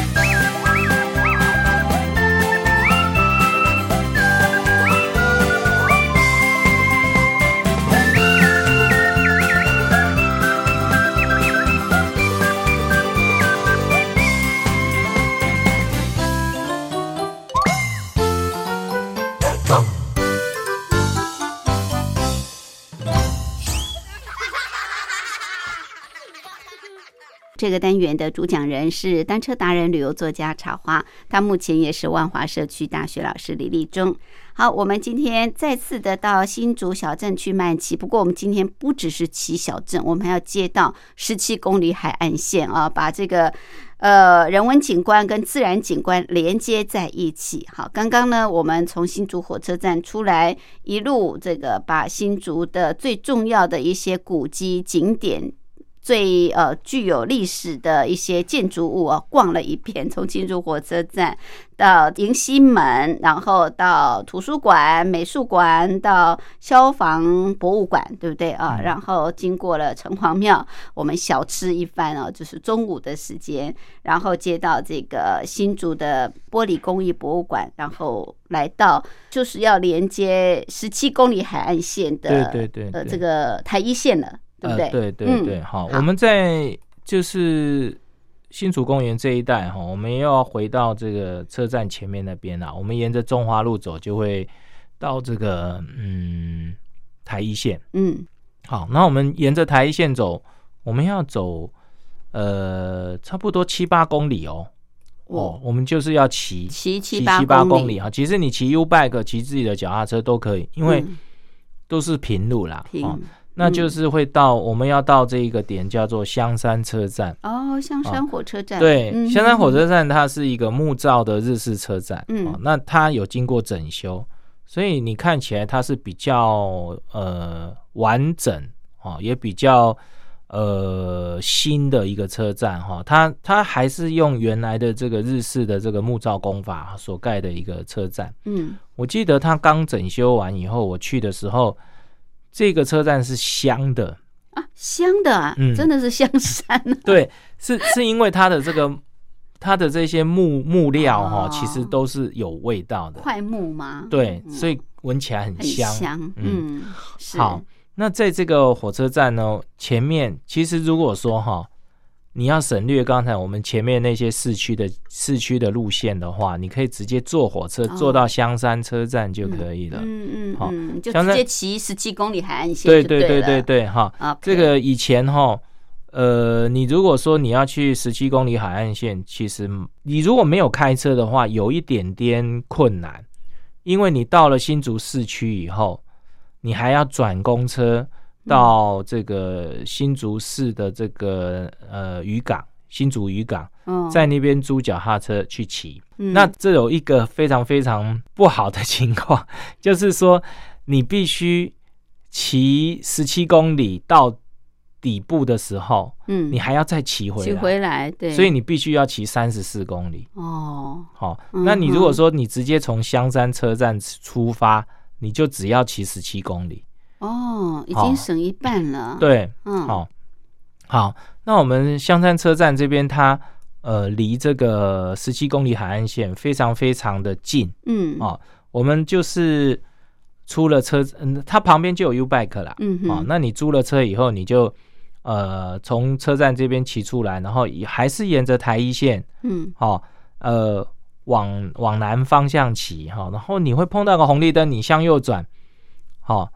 S1: 这个单元的主讲人是单车达人、旅游作家茶花，他目前也是万华社区大学老师李立忠。好，我们今天再次的到新竹小镇去慢骑，不过我们今天不只是骑小镇，我们还要接到十七公里海岸线啊，把这个呃人文景观跟自然景观连接在一起。好，刚刚呢，我们从新竹火车站出来，一路这个把新竹的最重要的一些古迹景点最呃具有历史的一些建筑物啊，逛了一遍， 从进入火车站到迎西门，然后到图书馆、美术馆，到消防博物馆，对不对啊？
S2: 嗯
S1: 然后经过了城隍庙，我们小吃一番哦、就是中午的时间，然后接到这个新竹的玻璃工艺博物馆，然后来到就是要连接十七公里海岸线的
S2: 对对对
S1: 呃
S2: 对
S1: 这个台一线了，对不对？
S2: 呃、对对
S1: 嗯
S2: 对，好，我们在就是新竹公园这一带哈，我们又要回到这个车站前面那边啦。我们沿着中华路走，就会到这个嗯台一线。
S1: 嗯。
S2: 好，那我们沿着台一线走，我们要走呃差不多七八公里哦。哦，我们就是要骑
S1: 骑七
S2: 七
S1: 八
S2: 八
S1: 公
S2: 公里啊。其实你骑 U bike、骑自己的脚踏车都可以，因为
S1: 嗯
S2: 都是平路啦。
S1: 平嗯
S2: 哦，那就是会到、我们要到这一个点叫做香山车站。
S1: 哦，香山火车站
S2: 对，
S1: 嗯
S2: 香山火车站它是一个木造的日式车站，
S1: 嗯
S2: 哦，那它有经过整修，所以你看起来它是比较呃完整哦，也比较呃新的一个车站哈、哦，它它还是用原来的这个日式的这个木造工法所盖的一个车站。
S1: 嗯
S2: 我记得它刚整修完以后，我去的时候，这个车站是香的，
S1: 啊，香的啊，
S2: 嗯
S1: 真的是香山啊
S2: 对，是是因为它的这个它的这些木木料哈、
S1: 哦
S2: 其实都是有味道的，
S1: 快木吗？
S2: 对，
S1: 嗯
S2: 所以闻起来很
S1: 很
S2: 香。
S1: 香，
S2: 嗯
S1: 嗯，是
S2: 好，，那在这个火车站呢前面，其实如果说哈、你要省略刚才我们前面那些市区的市区的路线的话，你可以直接坐火车
S1: 哦
S2: 坐到香山车站就可以了。
S1: 嗯嗯
S2: 好
S1: 嗯，就
S2: 香
S1: 直
S2: 山
S1: 接骑十七公里海岸线
S2: 对
S1: 就
S2: 对
S1: 对
S2: 对对对，哈，
S1: 啊，
S2: 这个以前哈，呃，你如果说你要去十七公里海岸线，其实你如果没有开车的话，有一点点困难，因为你到了新竹市区以后，你还要转公车到这个新竹市的这个呃渔港，新竹渔港，
S1: 哦
S2: 在那边租脚踏车去骑。
S1: 嗯
S2: 那这有一个非常非常不好的情况，就是说你必须骑十七公里到底部的时候，
S1: 嗯
S2: 你还要再骑回
S1: 骑
S2: 来，
S1: 回来，对，
S2: 所以你必须要骑三十四公里。
S1: 哦，
S2: 好、
S1: 嗯
S2: 那你如果说你直接从香山车站出发，你就只要骑十七公里。
S1: 哦，已
S2: 好
S1: 经省一半了，，
S2: 对，
S1: 嗯，
S2: 好、好，那我们香山车站这边它。呃，离这个十七公里海岸线非常非常的近，
S1: 嗯，
S2: 哦，我们就是出了车，嗯，它旁边就有 U bike 啦。
S1: 嗯哼
S2: 哦，那你租了车以后，你就呃从车站这边骑出来，然后也还是沿着台一线，
S1: 嗯
S2: 哦，呃，往往南方向骑哈、哦，然后你会碰到个红绿灯，你向右转，好、哦，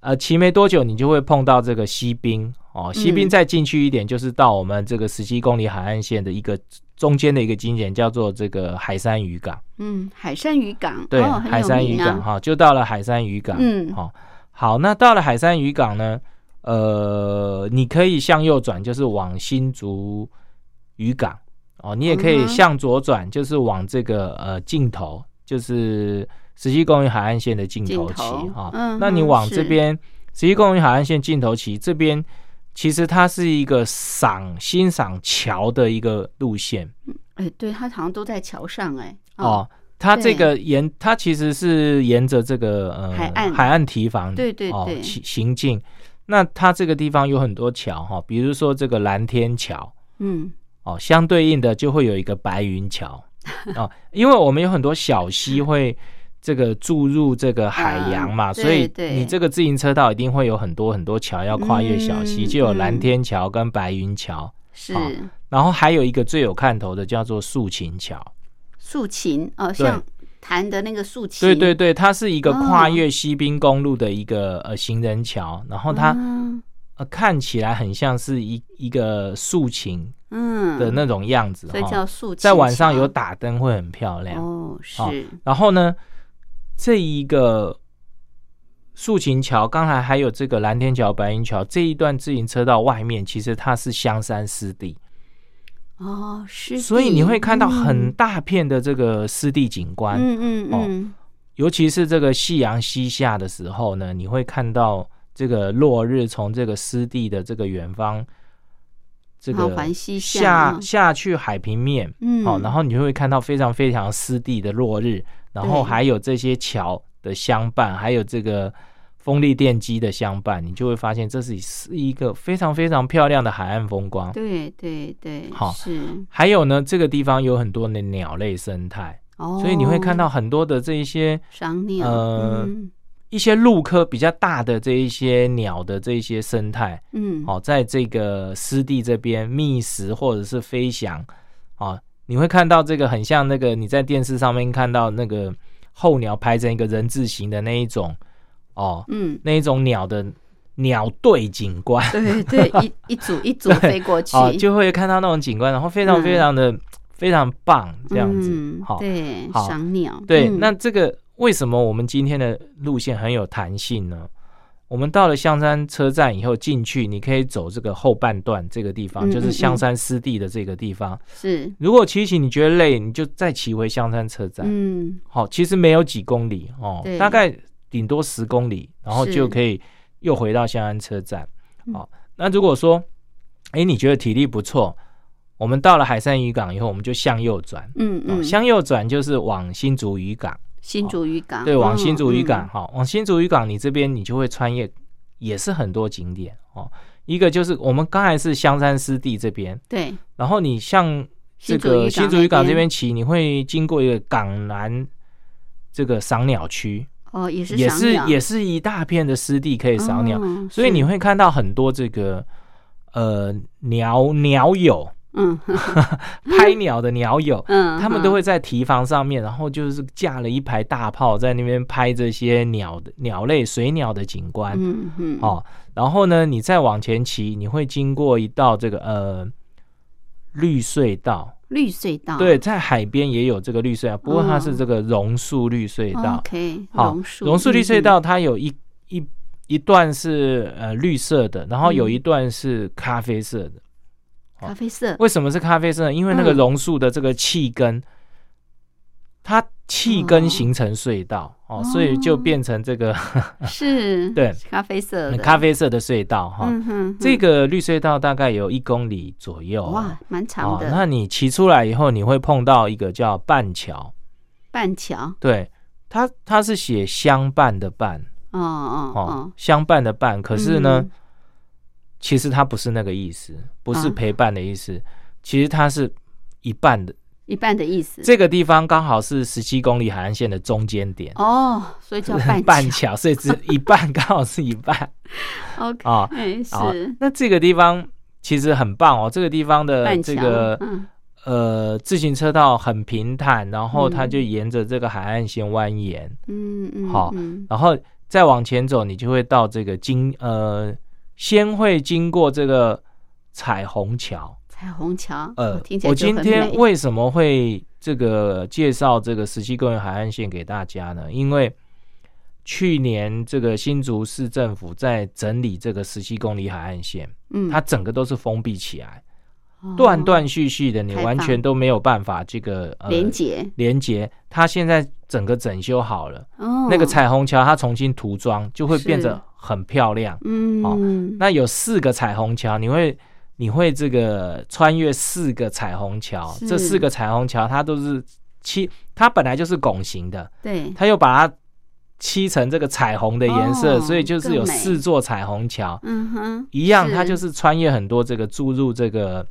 S2: 呃，骑没多久你就会碰到这个西滨哦，西
S1: 嗯
S2: 滨再进去一点就是到我们这个十七公里海岸线的一个中间的一个景点，叫做这个海山渔港。
S1: 嗯，海山渔港，
S2: 对，
S1: 哦很有
S2: 海山渔
S1: 名啊
S2: 港哈、就到了海山渔港。
S1: 嗯
S2: 好、好，那到了海山渔港呢，呃，你可以向右转，就是往新竹渔港哦，你也可
S1: 嗯
S2: 以
S1: 哼
S2: 向左转，就是往这个呃尽头，就是十七公园海岸线的尽
S1: 尽
S2: 头骑
S1: 头
S2: 哈、
S1: 嗯
S2: 那你
S1: 哼
S2: 往
S1: 是
S2: 这边十七公园海岸线尽头骑，这边其实它是一个赏欣赏桥的一个路线。
S1: 哎，对，它好像都在桥上，哎，
S2: 哦，它
S1: 对
S2: 这个沿它其实是沿着这个呃
S1: 海岸
S2: 海岸堤防
S1: 对对
S2: 哦
S1: 对
S2: 行行进。那它这个地方有很多桥哈、比如说这个蓝天桥
S1: 嗯，
S2: 哦，相对应的就会有一个白云 桥哦，因为我们有很多小溪会这个注入这个海洋嘛，
S1: 嗯对
S2: 所以
S1: 对
S2: 你这个自行车道一定会有很多很多桥要跨越小溪，
S1: 嗯
S2: 就有蓝
S1: 嗯
S2: 天桥跟白云桥，
S1: 是
S2: 好然后还有一个最有看头的叫做竖琴桥，
S1: 竖琴哦，
S2: 对
S1: 像弹的那个竖琴，
S2: 对对对，它是一个
S1: 哦
S2: 跨越西滨公路的一个、呃行人桥，然后它、
S1: 嗯
S2: 呃看起来很像是一一个竖琴
S1: 嗯
S2: 的，那种样子
S1: 所以
S2: 哈
S1: 叫竖琴桥，
S2: 在晚上有打灯会很漂亮。
S1: 哦，是
S2: 哦然后呢，这一个竖琴桥，刚才还有这个蓝天桥、白云桥这一段自行车道外面，其实它是香山湿地，
S1: 哦是，
S2: 所以你会看到很
S1: 嗯
S2: 大片的这个湿地景观，
S1: 嗯嗯
S2: 哦
S1: 嗯，
S2: 尤其是这个夕阳西下的时候呢，你会看到这个落日从这个湿地的这个远方，这
S1: 好
S2: 个
S1: 环西下
S2: 下
S1: 嗯
S2: 下去海平面，
S1: 嗯
S2: 好、然后你就会看到非常非常湿地的落日，然后
S1: 对
S2: 还有这些桥的相伴，还有这个风力电机的相伴，你就会发现这是是一个非常非常漂亮的海岸风光。
S1: 对对对，
S2: 好
S1: 是
S2: 还有呢，这个地方有很多的鸟类生态，
S1: 哦，
S2: 所以你会看到很多的这一些
S1: 赏鸟，
S2: 呃
S1: 嗯
S2: 一些陆科比较大的这一些鸟的这一些生态，
S1: 嗯，
S2: 哦，在这个湿地这边觅食或者是飞翔，哦，你会看到这个很像那个你在电视上面看到那个候鸟排成一个人字形的那一种，哦，
S1: 嗯，
S2: 那一种鸟的鸟队景观，
S1: 对对，一一组一组
S2: 对
S1: 飞过去，
S2: 哦，就会看到那种景观，然后非
S1: 嗯
S2: 常非常的、非常棒这样子
S1: 嗯，
S2: 好、
S1: 对，
S2: 好
S1: 赏鸟，
S2: 对，
S1: 嗯
S2: 那这个为什么我们今天的路线很有弹性呢？我们到了香山车站以后进去，你可以走这个后半段这个地方，
S1: 嗯
S2: 就是
S1: 嗯
S2: 香山湿地的这个地方。
S1: 是，
S2: 如果骑行你觉得累，你就再骑回香山车站。
S1: 嗯，
S2: 好、其实没有几公里哦
S1: 对，
S2: 大概顶多十公里，然后
S1: 是
S2: 就可以又回到香山车站。
S1: 嗯
S2: 好、那如果说，哎，你觉得体力不错，我们到了海山渔港以后，我们就向右转。
S1: 嗯
S2: 哦
S1: 嗯，
S2: 向右转就是往新竹渔港。
S1: 新竹渔港，
S2: 对，往新竹渔
S1: 嗯
S2: 港，，好、往新竹渔港，你这边你就会穿越，也是很多景点哦。一个就是我们刚才是香山湿地这边，
S1: 对，
S2: 然后你像这
S1: 新竹
S2: 个
S1: 渔
S2: 新
S1: 港
S2: 竹
S1: 那
S2: 渔港这
S1: 边
S2: 边骑，你会经过一个港南这个赏鸟区，
S1: 哦，也是
S2: 也
S1: 赏
S2: 是
S1: 鸟
S2: 也是一大片的湿地可以赏鸟，
S1: 哦
S2: 所以你
S1: 是
S2: 会看到很多这个呃鸟鸟 友
S1: 嗯
S2: 拍鸟的鸟友，
S1: 嗯，
S2: 他们都
S1: 嗯
S2: 会在堤防上面，然后就是架了一排大炮在那边拍这些鸟的鸟类、水鸟的景观、
S1: 嗯嗯
S2: 哦。然后呢，你再往前骑，你会经过一道这个呃绿隧道，
S1: 绿隧道
S2: 对，在海边也有这个绿隧道，不过它
S1: 啊哦
S2: 是这个榕树绿隧道。
S1: ，OK，
S2: 好
S1: 榕树
S2: 榕树绿隧，
S1: 嗯
S2: 道它有一一一段是呃绿色的，然后有
S1: 嗯
S2: 一段是咖啡色的。
S1: 嗯咖啡色，
S2: 为什么是咖啡色呢？因为那个
S1: 嗯
S2: 榕树的这个气根，它气根形成隧道哦
S1: 哦
S2: 所以就变成这个
S1: 是，
S2: 对
S1: 咖啡色的，
S2: 咖，啡色的隧道哈、
S1: 嗯哼，
S2: 这
S1: 哼
S2: 个绿隧道大概有一公里左右哦
S1: 哇，蛮长
S2: 哦。那
S1: 的，
S2: 你骑出来以后，你会碰到一个叫半桥，
S1: 半桥，
S2: 对，它它是写相伴的伴
S1: 哦哦
S2: 哦
S1: 哦，
S2: 相伴的伴。可是呢、
S1: 嗯
S2: 其实它不是那个意思，不是
S1: 啊
S2: 陪伴的意思，其实它是一半的
S1: 一半的意思，
S2: 这个地方刚好是十七公里海岸线的中间点，
S1: 哦，所以叫半
S2: 半
S1: 桥
S2: 桥，所以只一半刚好是一半
S1: ，OK，
S2: 啊。
S1: 哎
S2: 好
S1: 是，
S2: 那这个地方其实很棒哦，这个地方的
S1: 半桥
S2: 这，个
S1: 嗯
S2: 呃自行车道很平坦，然后它
S1: 嗯
S2: 就沿着这个海岸线蜿蜒，
S1: 嗯嗯，
S2: 好
S1: 嗯
S2: 然后再往前走，你就会到这个经呃先会经过这个彩虹桥。
S1: 彩虹桥，
S2: 呃
S1: 哦听，起来
S2: 我
S1: 就
S2: 今
S1: 很
S2: 天
S1: 美
S2: 为什么会这个介绍这个十七公园海岸线给大家呢？因为去年这个新竹市政府在整理这个十七公里海岸线，
S1: 嗯哦
S2: 它整个都是封闭起来，断断续续的，你
S1: 开放
S2: 完全都没有办法这个呃
S1: 哦连接
S2: 连接。它现在整个整修好了，
S1: 哦，
S2: 那个彩虹桥它重新涂装，就会变
S1: 是
S2: 得很漂亮。
S1: 嗯
S2: 哦那有四个彩虹桥，你会你会这个穿越四个彩虹桥，
S1: 是
S2: 这四个彩虹桥它都是漆，它本来就是拱形的，
S1: 对
S2: 它又把它漆成这个彩虹的颜色，
S1: 哦
S2: 所以就是有
S1: 更美
S2: 四座彩虹桥，
S1: 嗯哼
S2: 一样
S1: 是
S2: 它就是穿越很多这个注入这个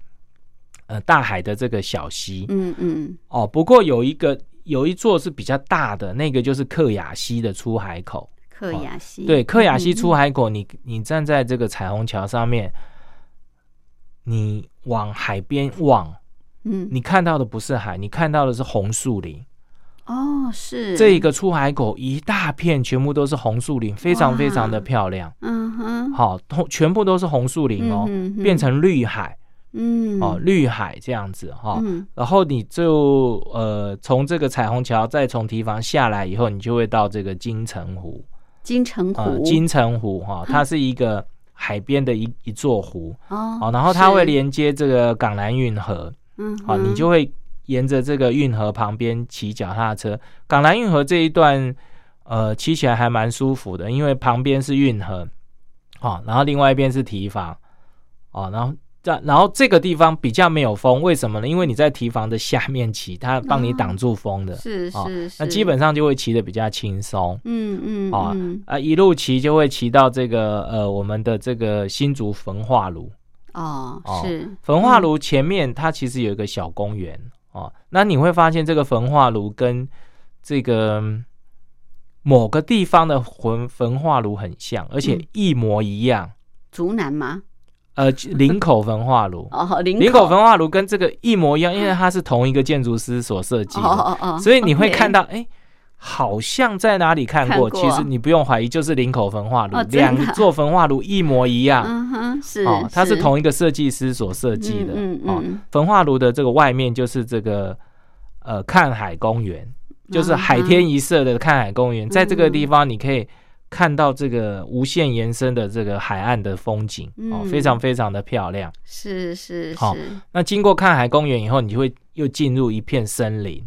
S2: 呃大海的这个小溪
S1: 嗯嗯
S2: 哦。不过有一个有一座是比较大的，那个就是克雅溪的出海口。
S1: 克雅西，
S2: 哦对，克雅溪
S1: 嗯
S2: 出海口，你你站在这个彩虹桥上面，你往海边望，
S1: 嗯，
S2: 你看到的不是海，你看到的是红树林。
S1: 哦是
S2: 这一，个出海口一大片，全部都是红树林，非常
S1: 哇
S2: 非常的漂亮。
S1: 嗯哼，
S2: 好，通全部都是红树林哦，
S1: 嗯哼哼
S2: 变成绿海
S1: 嗯
S2: 哦，绿哦海这样子哈、
S1: 嗯
S2: 然后你就呃从这个彩虹桥再从堤防下来以后，你就会到这个金城湖。
S1: 金城
S2: 呃
S1: 湖，，嗯
S2: 金城湖哈、它是一个海边的一一座湖
S1: 哦
S2: 哦，然后它会
S1: 是
S2: 连接这个港南运河
S1: 嗯
S2: 啊、哦你
S1: 哼
S2: 就会沿着这个运河旁边骑脚踏车。港南运河这一段，呃，骑起来还蛮舒服的，因为旁边是运河，哦，然后另外一边是堤防，哦，然后。这然后这个地方比较没有风，为什么呢？因为你在堤防的下面骑，它帮你挡住风的，
S1: 是
S2: 哦
S1: 是是，
S2: 那基本上就会骑得比较轻松。
S1: 嗯嗯
S2: 哦
S1: 嗯
S2: 啊，一路骑就会骑到这个呃，我们的这个新竹焚化炉。
S1: 哦
S2: 哦
S1: 是嗯
S2: 焚化炉前面它其实有一个小公园哦，那你会发现这个焚化炉跟这个嗯某个地方的焚焚化炉很像，而且
S1: 嗯
S2: 一模一样。
S1: 竹南吗？，
S2: 呃，林口焚化炉
S1: 哦林
S2: 林口
S1: 口
S2: 焚化炉跟这个一模一样，因为它是同一个建筑师所设计
S1: 哦
S2: 的，
S1: 哦哦，
S2: 所以你会
S1: OK
S2: 看到哎。诶好像在哪里看过，
S1: 看过
S2: 其实你不用怀疑，就是林口焚化炉，
S1: 哦真的啊
S2: 两座焚化炉一模一样、
S1: 嗯哼是
S2: 哦，它是同一个设计师所设计的。
S1: 嗯嗯
S2: 哦
S1: 嗯，
S2: 焚化炉的这个外面就是这个呃看海公园，就是
S1: 嗯
S2: 海
S1: 哼
S2: 天一色的看海公园，在这个
S1: 嗯
S2: 地方你可以看到这个无限延伸的这个海岸的风景，哦，
S1: 嗯
S2: 非常非常的漂亮。
S1: 是是
S2: 好
S1: 是
S2: 那经过看海公园以后，你就会又进入一片森林。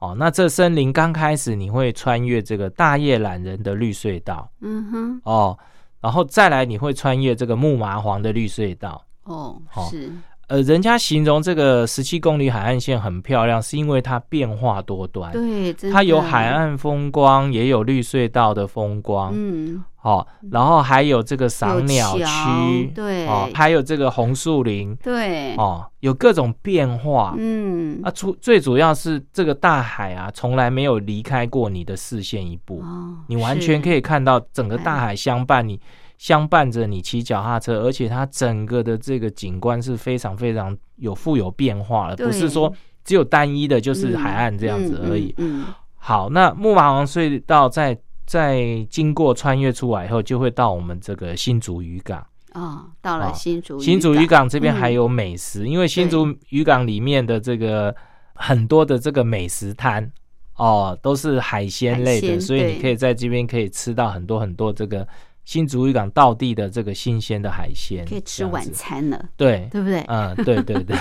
S2: 哦，那这森林刚开始你会穿越这个大叶懒人的绿隧道
S1: 嗯哼
S2: 哦，然后再来你会穿越这个木麻黄的绿隧道。
S1: 哦
S2: 好
S1: 是
S2: 呃，人家形容这个十七公里海岸线很漂亮，是因为它变化多端，
S1: 对，真
S2: 哎它有
S1: 的
S2: 海，岸风光，也有绿隧道的风光，
S1: 嗯，
S2: 哦，然后还有这个赏
S1: 有
S2: 鸟
S1: 桥
S2: 区，
S1: 对
S2: 哦，还有这个红树林，
S1: 对，
S2: 哦，有各种变化。
S1: 嗯
S2: 啊，主最主要是这个大海啊，从来没有离开过你的视线一步，
S1: 哦，
S2: 你完全可以看到整个
S1: 哎
S2: 大海相伴你，相伴着你骑脚踏车，而且它整个的这个景观是非常非常有富有变化的，不
S1: 对
S2: 是说只有单一的，就
S1: 就是
S2: 海岸这样子而已。
S1: 嗯，嗯
S2: 好，那木马王隧道在在经过穿越出来以后，就会到我们这个新竹渔港。
S1: 嗯哦，到了
S2: 哦
S1: 新竹
S2: 新竹
S1: 港，
S2: 渔
S1: 嗯
S2: 港这边还有美食，因为新竹渔港里面的这个很多的这个美食摊哦，都是海鲜类
S1: 海
S2: 的，
S1: 鲜
S2: 所以
S1: 对
S2: 你可以在这边可以吃到很多很多这个新竹渔港道地的这个新鲜的海鲜，
S1: 可以
S2: 这
S1: 吃
S2: 样
S1: 晚
S2: 子。
S1: 餐了，
S2: 对，
S1: 对不对？
S2: 嗯，对 对对，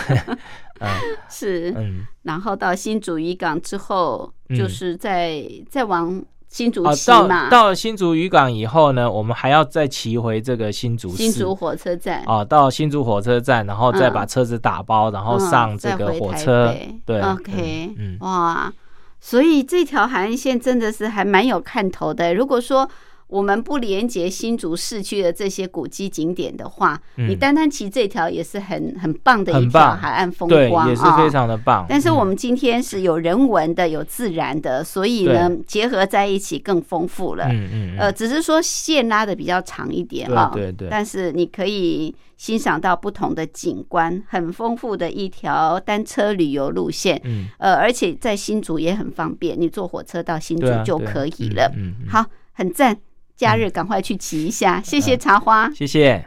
S2: 嗯
S1: 是，
S2: 嗯，
S1: 然后到新竹渔港之后，
S2: 嗯
S1: 就是再再往新竹
S2: 哦，
S1: 骑
S2: 到
S1: 嘛，
S2: 到了新竹渔港以后呢，我们还要再骑回这个新竹市。
S1: 新竹火车站，
S2: 哦，到新竹火车站，然后再把
S1: 嗯
S2: 车子打包，然后
S1: 嗯
S2: 上这
S1: 再
S2: 个
S1: 回
S2: 火
S1: 台
S2: 车
S1: 北。
S2: 对
S1: ，OK，
S2: 嗯嗯
S1: 哇，所以这条海岸线真的是还蛮有看头的。如果说我们不连接新竹市区的这些古迹景点的话，
S2: 嗯
S1: 你单单骑这条也是很 很棒的一
S2: 很
S1: 条
S2: 棒
S1: 海岸风
S2: 对
S1: 光，
S2: 也是
S1: 啊
S2: 非常的棒。
S1: 但是
S2: 嗯
S1: 我们今天是有人文的，有自然的，所以呢，结合在一起更丰富了。
S2: 嗯嗯，
S1: 呃，
S2: 嗯
S1: 只是说线拉的比较长一点啊、
S2: 对对对
S1: 但是你可以欣赏到不同的景观，很丰富的一条单车旅游路线。
S2: 嗯，
S1: 呃，而且在新竹也很方便，你坐火车到新竹
S2: 对啊
S1: 就
S2: 对啊
S1: 可以
S2: 嗯
S1: 了。
S2: 嗯，嗯，
S1: 好，很赞，假日赶快去骑一下。谢
S2: 嗯
S1: 谢茶花，
S2: 谢谢。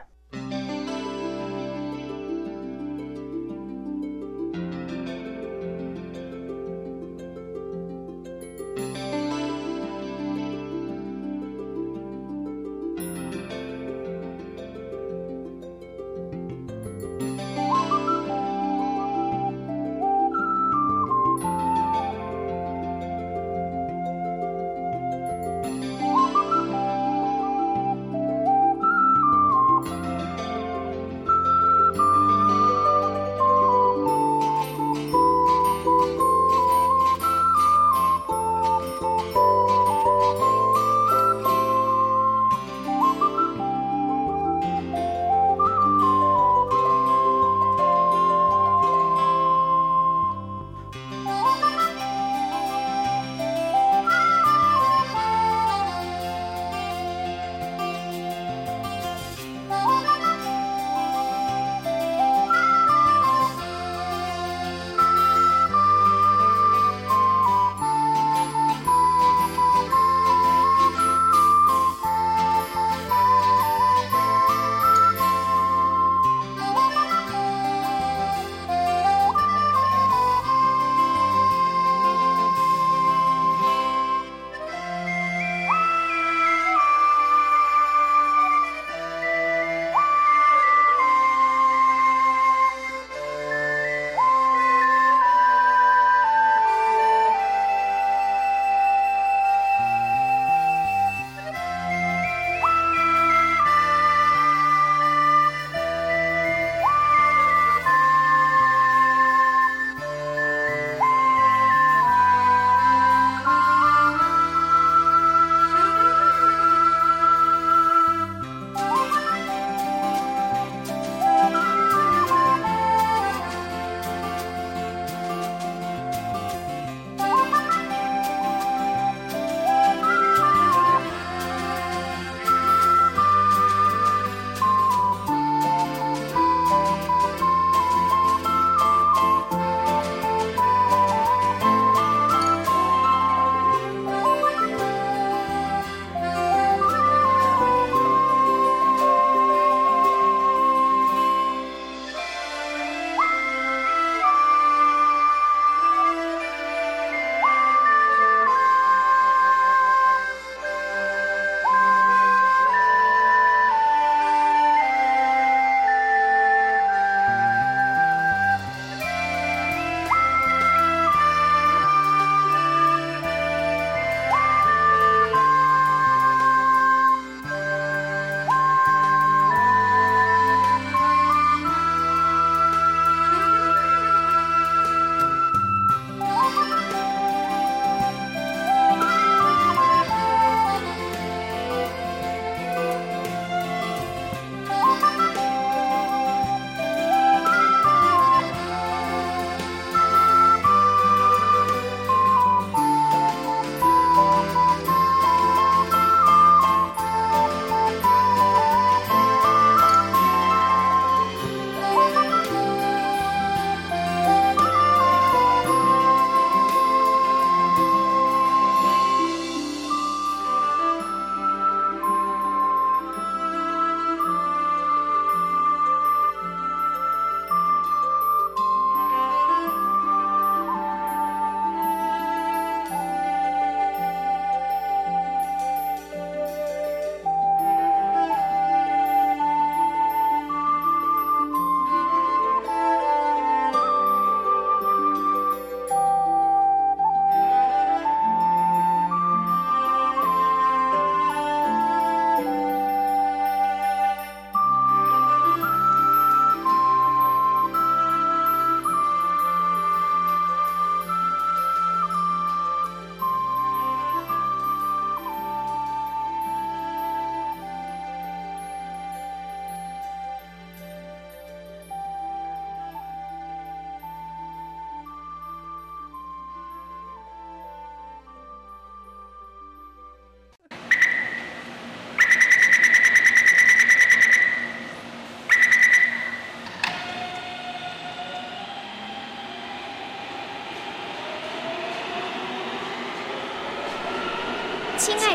S5: 亲爱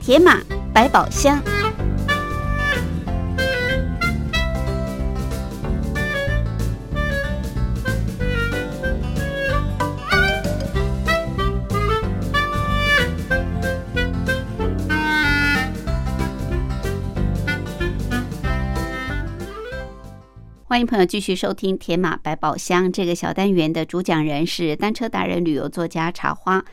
S1: 铁马百宝箱。欢迎朋友继续收听《铁马百宝箱》这个小单元的主讲人是单车达人、旅游作家茶花。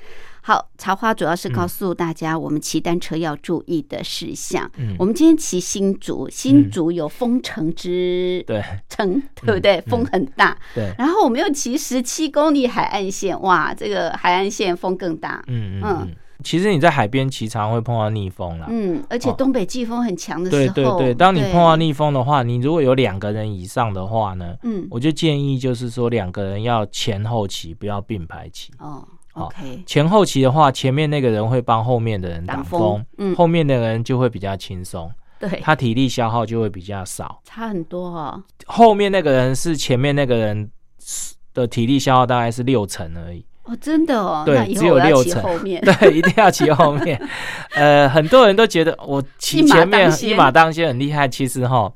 S1: 好，茶花主要
S2: 嗯
S1: 是告诉大家我们骑单车要注意的事项。
S2: 嗯
S1: 我们今天骑新竹，新竹有风城之
S2: 嗯对嗯
S1: 城，对不对？风很大。
S2: 对，
S1: 然后我们又骑十七公里海岸线，哇，这个海岸线风更大。
S2: 嗯嗯
S1: 嗯
S2: 嗯。其实你在海边骑，常会碰到逆风啦。
S1: 嗯，而且
S2: 哦
S1: 东北季风很强的时
S2: 对
S1: 候，
S2: 对对，当你碰到
S1: 对，
S2: 逆风的话，你如果有两个人以上的话呢，
S1: 嗯，
S2: 我就建议就是说两个人要前后骑，不要并排骑。
S1: 哦
S2: 好
S1: ，OK，
S2: 前后骑的话，前面那个人会帮后面的人
S1: 挡
S2: 挡
S1: 风嗯
S2: 后面的人就会比较轻松，
S1: 对，
S2: 他体力消耗就会比较少。
S1: 差很多哦。
S2: 后面那个人是前面那个人的体力消耗大概是六成 而已，
S1: 哦，真的哦，
S2: 对
S1: 那以
S2: 只
S1: 后
S2: 有
S1: 我要
S2: 六
S1: 骑
S2: 层
S1: 后面。
S2: 对，一定要骑后面。呃，很多人都觉得我骑
S1: 一马
S2: 前面
S1: 当先
S2: 一马当先很厉害，其实哈，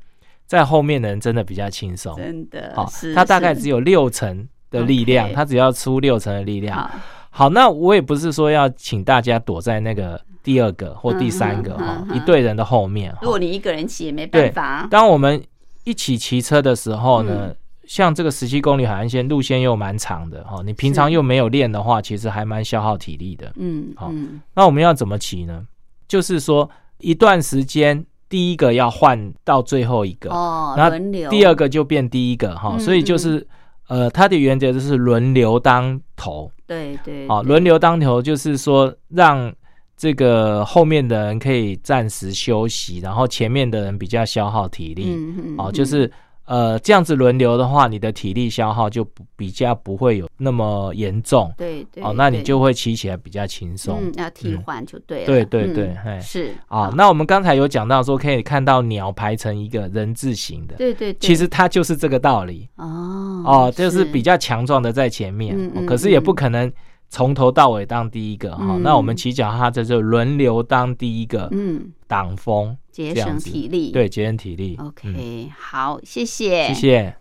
S2: 在后面的人真的比较轻 松。
S1: 真的，
S2: 好
S1: 是，
S2: 他大概
S1: 是
S2: 只有六成的力
S1: OK
S2: 量，他只要出六成的力量。
S1: 好
S2: 好，那我也不是说要请大家躲在那个第二个或第三个
S1: 嗯哼
S2: 哈
S1: 嗯哼
S2: 一队人的后面哈
S1: 如。果你一个人骑也没办法，
S2: 当我们一起骑车的时候呢，
S1: 嗯
S2: 像这个十七公里海岸线路线又蛮长的哦哈，你平常
S1: 是
S2: 又没有练的话，其实还蛮消耗体力的。
S1: 嗯
S2: 好
S1: 嗯，
S2: 那我们要怎么骑呢？就是说一段时间，第一个要换到最后一个，
S1: 哦，
S2: 那
S1: 轮流，
S2: 第二个就变第一个哈，
S1: 嗯
S2: 所以就是呃，它的原则就是轮流当头
S1: 对对，
S2: 啊，
S1: 对
S2: 轮流当头就是说让这个后面的人可以暂时休息，然后前面的人比较消耗体力
S1: 嗯
S2: 哦，就是。呃，这样子轮流的话，你的体力消耗就不比较不会有那么严重
S1: 对对，
S2: 哦，那你
S1: 对
S2: 就会骑起来比较轻松。
S1: 嗯要替换就对了，
S2: 对对
S1: 嗯
S2: 对嘿
S1: 是
S2: 啊，那我们刚才有讲到说，可以看到鸟排成一个人字形的，
S1: 对对，对
S2: 其实它就是这个道理
S1: 哦
S2: 哦，就是比较强壮的在前面
S1: 嗯，
S2: 哦
S1: 嗯
S2: 可是也不可能从头到尾当第一个哈。
S1: 嗯
S2: 那我们骑脚踏车就轮流当第一个
S1: 嗯
S2: 挡风，
S1: 节
S2: 这样
S1: 省
S2: 子
S1: 体力，
S2: 对，节省体力。嗯
S1: ，OK，好，谢谢，
S2: 谢谢。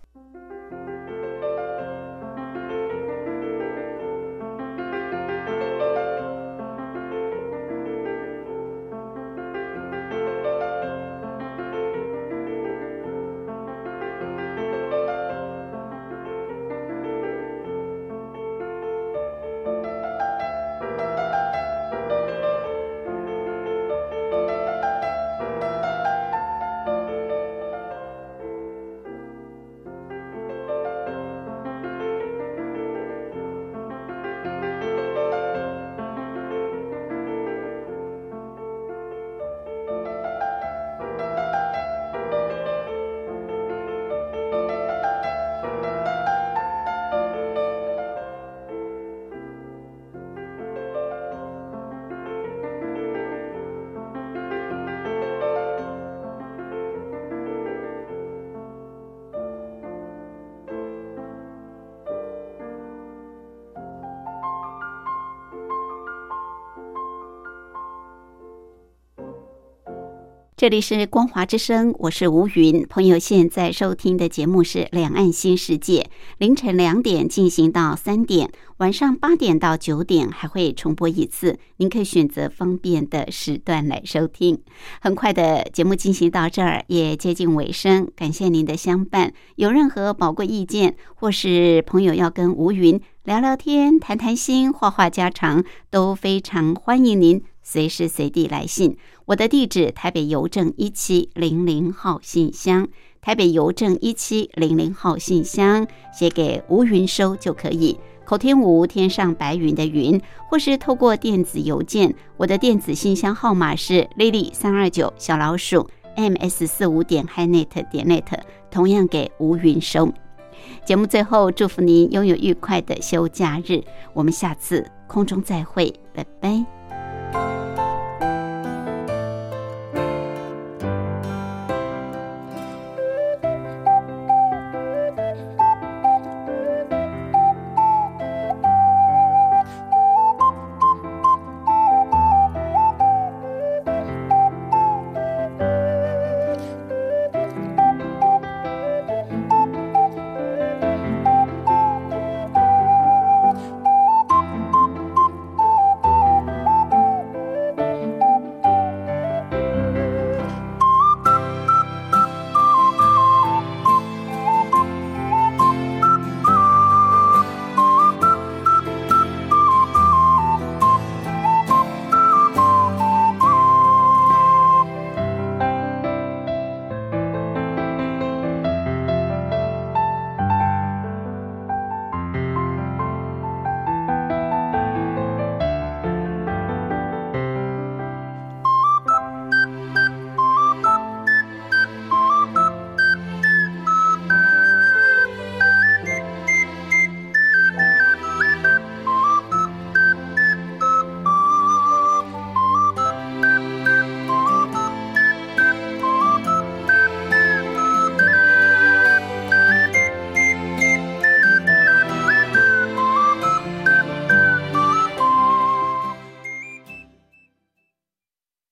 S1: 这里是光华之声，我是吴云。朋友现在收听的节目是《两岸新世界》，凌晨两点进行到三点，晚上八点到九点还会重播一次。您可以选择方便的时段来收听。很快的节目进行到这儿也接近尾声，感谢您的相伴。有任何宝贵意见，或是朋友要跟吴云聊聊天、谈谈心、话话家常，都非常欢迎您随时随地来信。我的地址：台北邮政一七零零号信箱，台北邮政一七零零号信箱，写给吴云收就可以。口天吴，天上白云的云，或是透过电子邮件，我的电子信箱号码是 lily 三二九小老鼠 ms 四五点 hinet E 点 net，同样给吴云收。节目最后，祝福您拥有愉快的休假日，我们下次空中再会，拜拜。